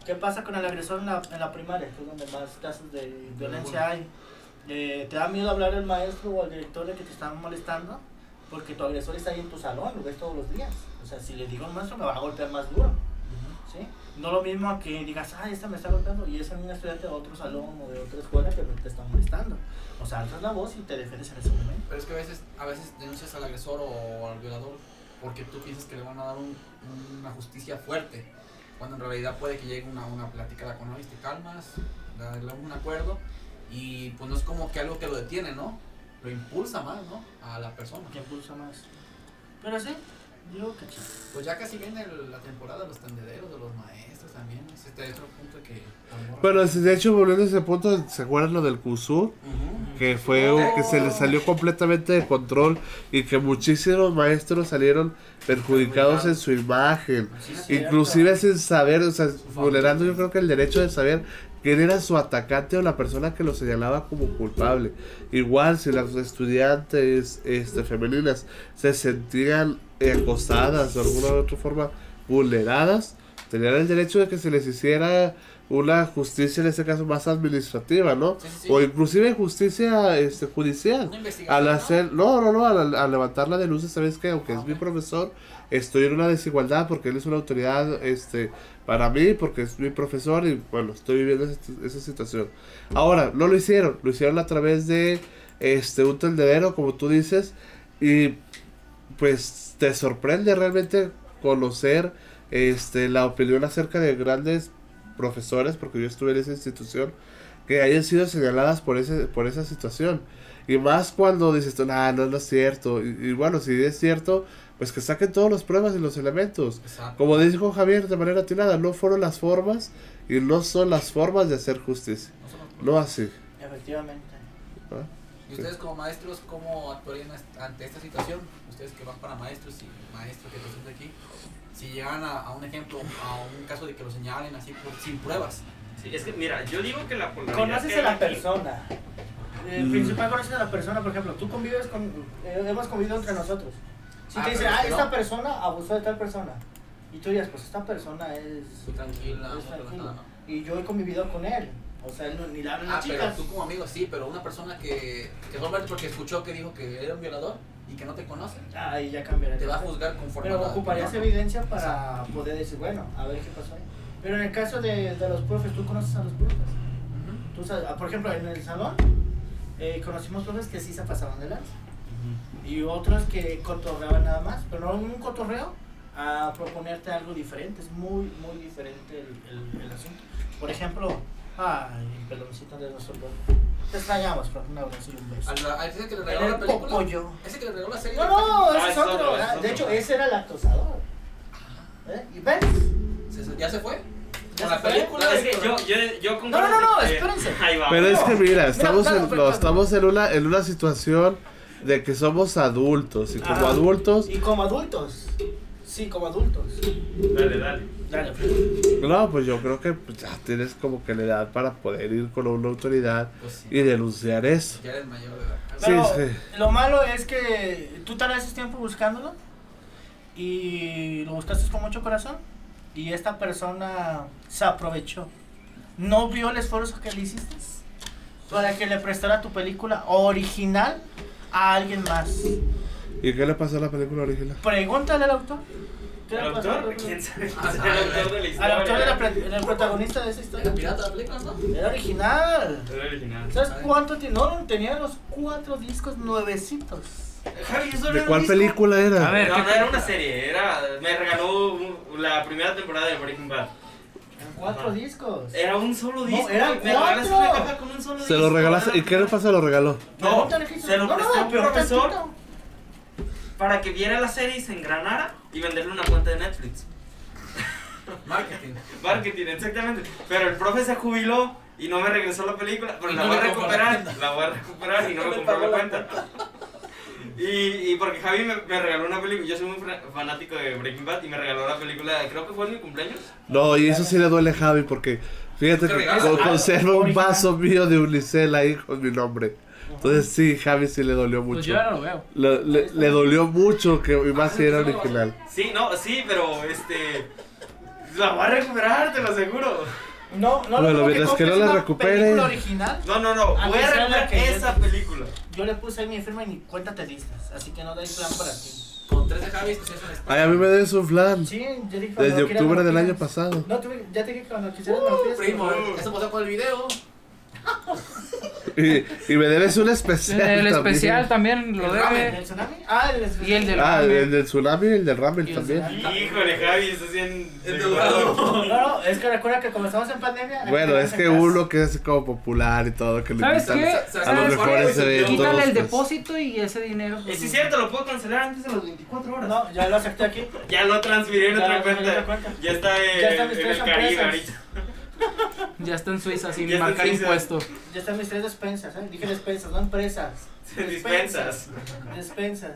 Speaker 2: ¿Qué pasa con el agresor en la, en la primaria? Que es donde más casos de violencia hay. Eh, ¿Te da miedo hablar al maestro o al director de que te están molestando? Porque tu agresor está ahí en tu salón, lo ves todos los días. O sea, si le digo al maestro, me va a golpear más duro. ¿sí? No lo mismo a que digas, ah, esta me está golpeando y es un estudiante de otro salón o de otra escuela que te está molestando. O sea, alzas la voz y te defiendes en ese momento.
Speaker 6: Pero es que a veces, a veces denuncias al agresor o al violador porque tú piensas que le van a dar un- una justicia fuerte, cuando en realidad puede que llegue una, una platicada con él, te calmas, darle un acuerdo, y pues no es como que algo que lo detiene, ¿no? Lo impulsa más, ¿no? A la persona.
Speaker 2: Que impulsa más. Pero sí, digo que chido.
Speaker 6: Pues ya casi viene el- la temporada de los tendederos, de los maestros también, ese es este otro punto que...
Speaker 4: Bueno, si de hecho, volviendo a ese punto, ¿se acuerdan lo del Kusur?
Speaker 6: Ujú.
Speaker 4: Que fue un- que se le salió completamente de control y que muchísimos maestros salieron perjudicados en su imagen.
Speaker 2: Sí, es cierto.
Speaker 4: Inclusive sin saber, o sea, vulnerando yo creo que el derecho de saber quién era su atacante o la persona que lo señalaba como culpable. Igual si las estudiantes este, femeninas se sentían eh, acosadas de alguna u otra forma vulneradas, tenían el derecho de que se les hiciera una justicia en este caso más administrativa, ¿no?
Speaker 6: Sí, sí, sí.
Speaker 4: O inclusive justicia este, judicial.
Speaker 6: Una
Speaker 4: Al
Speaker 6: investigación,
Speaker 4: hacer, no, no, no, al, al levantar la denuncia, sabes que aunque es mi profesor, estoy en una desigualdad porque él es una autoridad este, para mí, porque es mi profesor y bueno, estoy viviendo esa, esa situación. Ahora, no lo hicieron, lo hicieron a través de este, un tendedero, como tú dices, y pues te sorprende realmente conocer este, la opinión acerca de grandes profesores, porque yo estuve en esa institución, que hayan sido señaladas por, ese, por esa situación. Y más cuando dices tú, nah, no, no es cierto. Y, y bueno, si es cierto, pues que saquen todas las pruebas y los elementos.
Speaker 6: Exacto.
Speaker 4: Como dijo Javier de manera atinada, no fueron las formas y no son las formas de hacer justicia.
Speaker 6: No solo-
Speaker 4: No así.
Speaker 2: Efectivamente.
Speaker 4: ¿no?
Speaker 6: ¿Y ustedes como maestros cómo actuarían as- ante esta situación? Ustedes que van para maestros y maestros que presente aquí, si llegan a, a un ejemplo, a un caso de que lo señalen así por- sin pruebas.
Speaker 3: Sí, es que mira, yo digo que la polaridad
Speaker 2: Conoces
Speaker 3: que
Speaker 2: a
Speaker 3: hay
Speaker 2: la
Speaker 3: aquí-
Speaker 2: persona. El Eh, principal conoces a la persona, por ejemplo, tú convives con. eh, hemos convivido entre nosotros. Si
Speaker 6: Ah,
Speaker 2: te dicen,
Speaker 6: pero
Speaker 2: ah,
Speaker 6: si no".
Speaker 2: esta persona abusó de tal persona. Y tú dirías, pues esta persona es.
Speaker 6: Tranquila,
Speaker 2: es
Speaker 6: muy
Speaker 2: tranquila".
Speaker 6: relajada, ¿no?
Speaker 2: Y yo he convivido con él. O sea, él no- ni le hablan
Speaker 6: Ah,
Speaker 2: las
Speaker 6: pero
Speaker 2: chicas.
Speaker 6: tú como amigo sí, pero una persona que, que solamente porque escuchó que dijo que era un violador y que no te conoce,
Speaker 2: Ahí ya cambiaría.
Speaker 6: te va a juzgar conforme a
Speaker 2: Pero
Speaker 6: la-
Speaker 2: ocuparías
Speaker 6: ¿no?
Speaker 2: evidencia para poder decir, bueno, a ver qué pasó ahí. Pero en el caso de, de los profes, tú conoces a los profes.
Speaker 6: Ujú.
Speaker 2: Tú sabes, ah, por ejemplo, en el salón eh, conocimos profes que sí se pasaban de lanza. Y otros que cotorreaban nada más, pero no en un cotorreo a proponerte algo diferente. Es muy, muy diferente el, el- el asunto. Por ejemplo, ay, el peloncito de nuestro pueblo. Te extrañamos, profe, un abrazo y un beso.
Speaker 6: Al- a ese que le regaló la
Speaker 2: El
Speaker 6: película.
Speaker 2: pollo.
Speaker 6: Ese que le regaló la serie.
Speaker 2: No, no,
Speaker 3: Ah,
Speaker 2: ese es
Speaker 3: es
Speaker 2: otro.
Speaker 3: otro, es
Speaker 2: ah,
Speaker 3: otro. Ah.
Speaker 2: De hecho, ese era el acosador. ¿Eh? ¿Y ves?
Speaker 6: ¿Se- ¿Ya se fue? ¿Con
Speaker 2: ¿Ya se
Speaker 6: la
Speaker 2: fue?
Speaker 6: película?
Speaker 3: No, es que yo, yo, yo concuerdo
Speaker 2: No, no, no,
Speaker 3: en que-
Speaker 2: espérense.
Speaker 3: Ahí va.
Speaker 4: Pero es que mira,
Speaker 2: Mira,
Speaker 4: estamos,
Speaker 2: claro,
Speaker 4: en,
Speaker 2: pero
Speaker 4: no,
Speaker 2: claro.
Speaker 4: estamos en, una, en una situación de que somos adultos y como
Speaker 5: Ah.
Speaker 2: Ajá.
Speaker 4: adultos
Speaker 2: Y como adultos. Sí, como adultos.
Speaker 3: Dale, dale.
Speaker 2: Dale,
Speaker 4: No, pues yo creo que pues, ya tienes como que la edad para poder ir con una autoridad
Speaker 6: Pues sí.
Speaker 4: y denunciar eso.
Speaker 6: Ya eres mayor de edad.
Speaker 2: Pero
Speaker 4: Sí,
Speaker 2: lo malo es que tú tardaste tiempo buscándolo y lo buscaste con mucho corazón y esta persona se aprovechó. No vio el esfuerzo que le hiciste para que le prestara tu película original a alguien más.
Speaker 4: ¿Y qué le pasó a la película original?
Speaker 2: Pregúntale al autor. ¿Qué le
Speaker 3: ¿El
Speaker 2: pasó al
Speaker 3: autor?
Speaker 2: autor?
Speaker 3: ¿Quién sabe?
Speaker 6: Ah,
Speaker 3: ¿Quién
Speaker 6: ah,
Speaker 3: sabe el autor de la
Speaker 2: Al
Speaker 3: historia?
Speaker 2: autor era pre- era el protagonista de esa
Speaker 6: ¿Era
Speaker 2: historia.
Speaker 6: pirata la película, no?
Speaker 2: Era original.
Speaker 3: Era original.
Speaker 2: ¿Sabes cuánto tiene? No, no, tenía los cuatro discos nuevecitos.
Speaker 3: Javi, yo solo
Speaker 4: ¿De
Speaker 3: era
Speaker 4: cuál
Speaker 3: un disco.
Speaker 4: película era?
Speaker 5: A ver.
Speaker 3: No,
Speaker 5: ¿qué
Speaker 3: no era una serie, era. Me regaló un- la primera temporada de Breaking Bad.
Speaker 2: Eran cuatro
Speaker 3: Ajá.
Speaker 2: discos.
Speaker 3: Era un solo
Speaker 2: No,
Speaker 3: disco.
Speaker 2: eran
Speaker 3: me regalaste
Speaker 2: cuatro.
Speaker 3: una caja con un solo disco.
Speaker 4: Se lo regalaste. ¿Y qué le pasó? Se lo regaló.
Speaker 3: No,
Speaker 2: Pregúntale qué hizo.
Speaker 3: se lo
Speaker 2: No, no,
Speaker 3: presté a un
Speaker 2: pero
Speaker 3: profesor
Speaker 2: tantito.
Speaker 3: para que viera la serie y se engranara y venderle una cuenta de Netflix.
Speaker 6: Marketing.
Speaker 3: Marketing, exactamente. Pero el profe se jubiló y no me regresó la película. Pero
Speaker 6: Y
Speaker 3: la
Speaker 6: no
Speaker 3: voy a
Speaker 6: le compró
Speaker 3: recuperar.
Speaker 6: la cuenta.
Speaker 3: La voy a recuperar y no me compró la cuenta. Y, y porque Javi me, me regaló una película. Yo soy muy fra- fanático de Breaking Bad y me regaló la película. Creo que fue en mi cumpleaños.
Speaker 4: No, y eso sí le duele a Javi porque
Speaker 6: Te
Speaker 4: fíjate que
Speaker 6: regalas
Speaker 4: con-
Speaker 6: algo
Speaker 4: conserva un
Speaker 2: original.
Speaker 4: vaso mío de Unicel ahí con mi nombre. Entonces sí, Javi sí le dolió
Speaker 5: Pues
Speaker 4: mucho.
Speaker 5: yo ya no lo veo.
Speaker 4: Le, le- le dolió mucho que y más si era
Speaker 6: sí, no.
Speaker 4: original.
Speaker 3: Sí, no, sí, pero este. La voy a recuperar, te lo aseguro.
Speaker 2: No, no,
Speaker 4: Bueno,
Speaker 2: lo
Speaker 4: mientras que no la recupere.
Speaker 2: película original,
Speaker 3: No, no, no.
Speaker 2: Ah,
Speaker 3: Voy
Speaker 2: quizá
Speaker 3: a
Speaker 2: la
Speaker 3: recuperar
Speaker 2: que yo-
Speaker 3: esa película.
Speaker 2: yo le puse ahí mi firma y ni cuenta te listas. Así que no da plan para ti.
Speaker 6: Con tres de Javis, pues es un
Speaker 4: Ay, a mí me debes un flan.
Speaker 2: Sí, yo dije cuando
Speaker 4: Desde
Speaker 2: quieras,
Speaker 4: octubre
Speaker 2: cuando
Speaker 4: del año
Speaker 2: quieras.
Speaker 4: pasado.
Speaker 2: No, tuve, ya te dije cuando quisieras me lo pides.
Speaker 6: Primo,
Speaker 2: Ah,
Speaker 6: eso pasó por el video.
Speaker 4: Y, y me debes un
Speaker 5: El,
Speaker 4: especial.
Speaker 5: el
Speaker 4: también.
Speaker 5: especial también lo
Speaker 6: El ramen,
Speaker 5: debe.
Speaker 2: ¿El tsunami? Ah, el
Speaker 5: Y el del
Speaker 4: Ah,
Speaker 5: ramen.
Speaker 4: el del tsunami y el del ramen
Speaker 2: Y el
Speaker 4: también.
Speaker 2: tsunami.
Speaker 3: Híjole, Javi, estás bien.
Speaker 6: El
Speaker 2: No, no, es que recuerda que como estamos en pandemia. la
Speaker 4: Bueno,
Speaker 2: gente no
Speaker 4: es
Speaker 2: se
Speaker 4: que
Speaker 2: casa.
Speaker 4: uno que es como popular y todo, que lo
Speaker 5: ¿Sabes
Speaker 4: invitan
Speaker 5: qué?
Speaker 6: se- se-
Speaker 4: a
Speaker 5: ¿Sabes
Speaker 4: los
Speaker 5: qué?
Speaker 4: mejores
Speaker 6: Eh,
Speaker 4: eventos.
Speaker 5: Quítale el
Speaker 4: pues.
Speaker 5: depósito y ese dinero.
Speaker 3: Eh,
Speaker 5: pues,
Speaker 3: sí, es cierto, lo puedo cancelar antes de las 24 horas.
Speaker 2: No, ya lo acepté aquí.
Speaker 3: Ya lo transferí en
Speaker 2: Ya
Speaker 3: otra
Speaker 2: lo transferí en
Speaker 3: cuenta.
Speaker 2: otra cuenta.
Speaker 3: Ya está en,
Speaker 2: Ya están mis
Speaker 3: en
Speaker 2: tres
Speaker 3: el Caribe
Speaker 2: empresas.
Speaker 3: ahorita.
Speaker 5: Ya está en Suiza sin
Speaker 3: Ya está en
Speaker 5: marcar
Speaker 3: Suiza.
Speaker 5: impuesto.
Speaker 2: Ya están mis tres despensas, ¿eh? Dije despensas, no empresas.
Speaker 3: En dispensas.
Speaker 2: Despensas.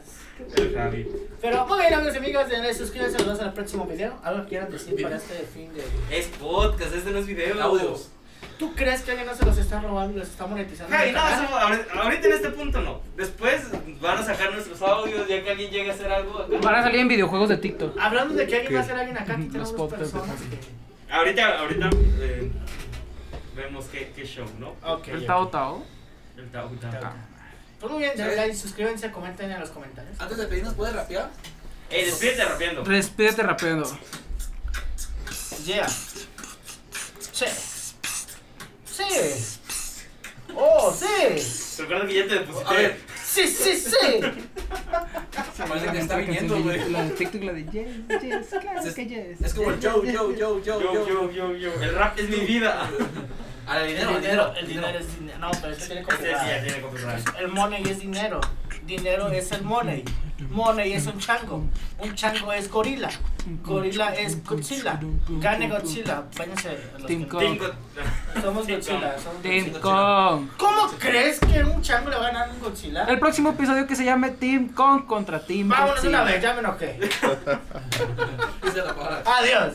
Speaker 3: El Javi.
Speaker 2: Pero muy bien, amigos y amigas, de- suscríbanse, nos vemos en el próximo video. Algo que quieran decir para este fin de.
Speaker 3: Es podcast, este no es video.
Speaker 6: Audios.
Speaker 2: ¿Tú crees que alguien no se los está robando, los está monetizando?
Speaker 3: Ay,
Speaker 2: en
Speaker 3: no,
Speaker 2: el canal?
Speaker 3: eso, ahorita, ahorita en este punto no. Después van a sacar nuestros audios ya que alguien llegue a hacer algo. acá.
Speaker 5: Van a salir en videojuegos de TikTok.
Speaker 3: Ah,
Speaker 2: Hablando de que alguien va a
Speaker 4: ¿Qué?
Speaker 2: ser alguien acá, aquí
Speaker 5: Los
Speaker 2: tenemos dos
Speaker 5: podcasts de
Speaker 2: personas
Speaker 5: Fortnite.
Speaker 2: que...
Speaker 3: Ahorita, ahorita eh, vemos qué, qué show, ¿no?
Speaker 2: Ok.
Speaker 5: El Tao Tao.
Speaker 3: El Tao Tao.
Speaker 2: Tao. Pues muy bien, denle like, suscríbanse, comenten en los comentarios.
Speaker 6: Antes de pedirnos, ¿puedes rapear?
Speaker 3: Ey, despídete rapeando.
Speaker 5: Respírate rapeando.
Speaker 2: Yeah. Sí. Sí. Oh, sí.
Speaker 3: Recuerda que ya te deposité.
Speaker 6: A ver.
Speaker 2: Sí, sí, sí.
Speaker 6: Parece que está viniendo, güey.
Speaker 5: La de TikTok, la de yes, yes, claro
Speaker 6: Es-
Speaker 5: que yes.
Speaker 6: Es como el yo, yo, yo, yo,
Speaker 3: Yo,
Speaker 6: yo.
Speaker 3: yo, yo, yo. El rap es mi vida.
Speaker 6: A el dinero,
Speaker 2: El dinero, el dinero es dinero. No, pero este tiene
Speaker 3: Este sí ya
Speaker 2: copyright.
Speaker 3: tiene copyright.
Speaker 2: El money es dinero. Dinero es el money. Money es un chango. Un chango es gorila. Gorila es Godzilla. Gane Godzilla. Váyanse. a los
Speaker 5: Team
Speaker 2: que-
Speaker 5: Co-
Speaker 3: Tinko-
Speaker 2: Somos
Speaker 3: Team
Speaker 2: Godzilla.
Speaker 3: Co-
Speaker 2: somos
Speaker 5: Team
Speaker 2: Godzilla.
Speaker 5: Kong.
Speaker 2: ¿Cómo crees que un chango le va a ganar a un Godzilla?
Speaker 5: El próximo episodio que se llame Team Kong contra Team
Speaker 2: Vámonos
Speaker 5: Godzilla.
Speaker 2: una vez, ya me enojé.
Speaker 6: Dice la palabra.
Speaker 2: Adiós.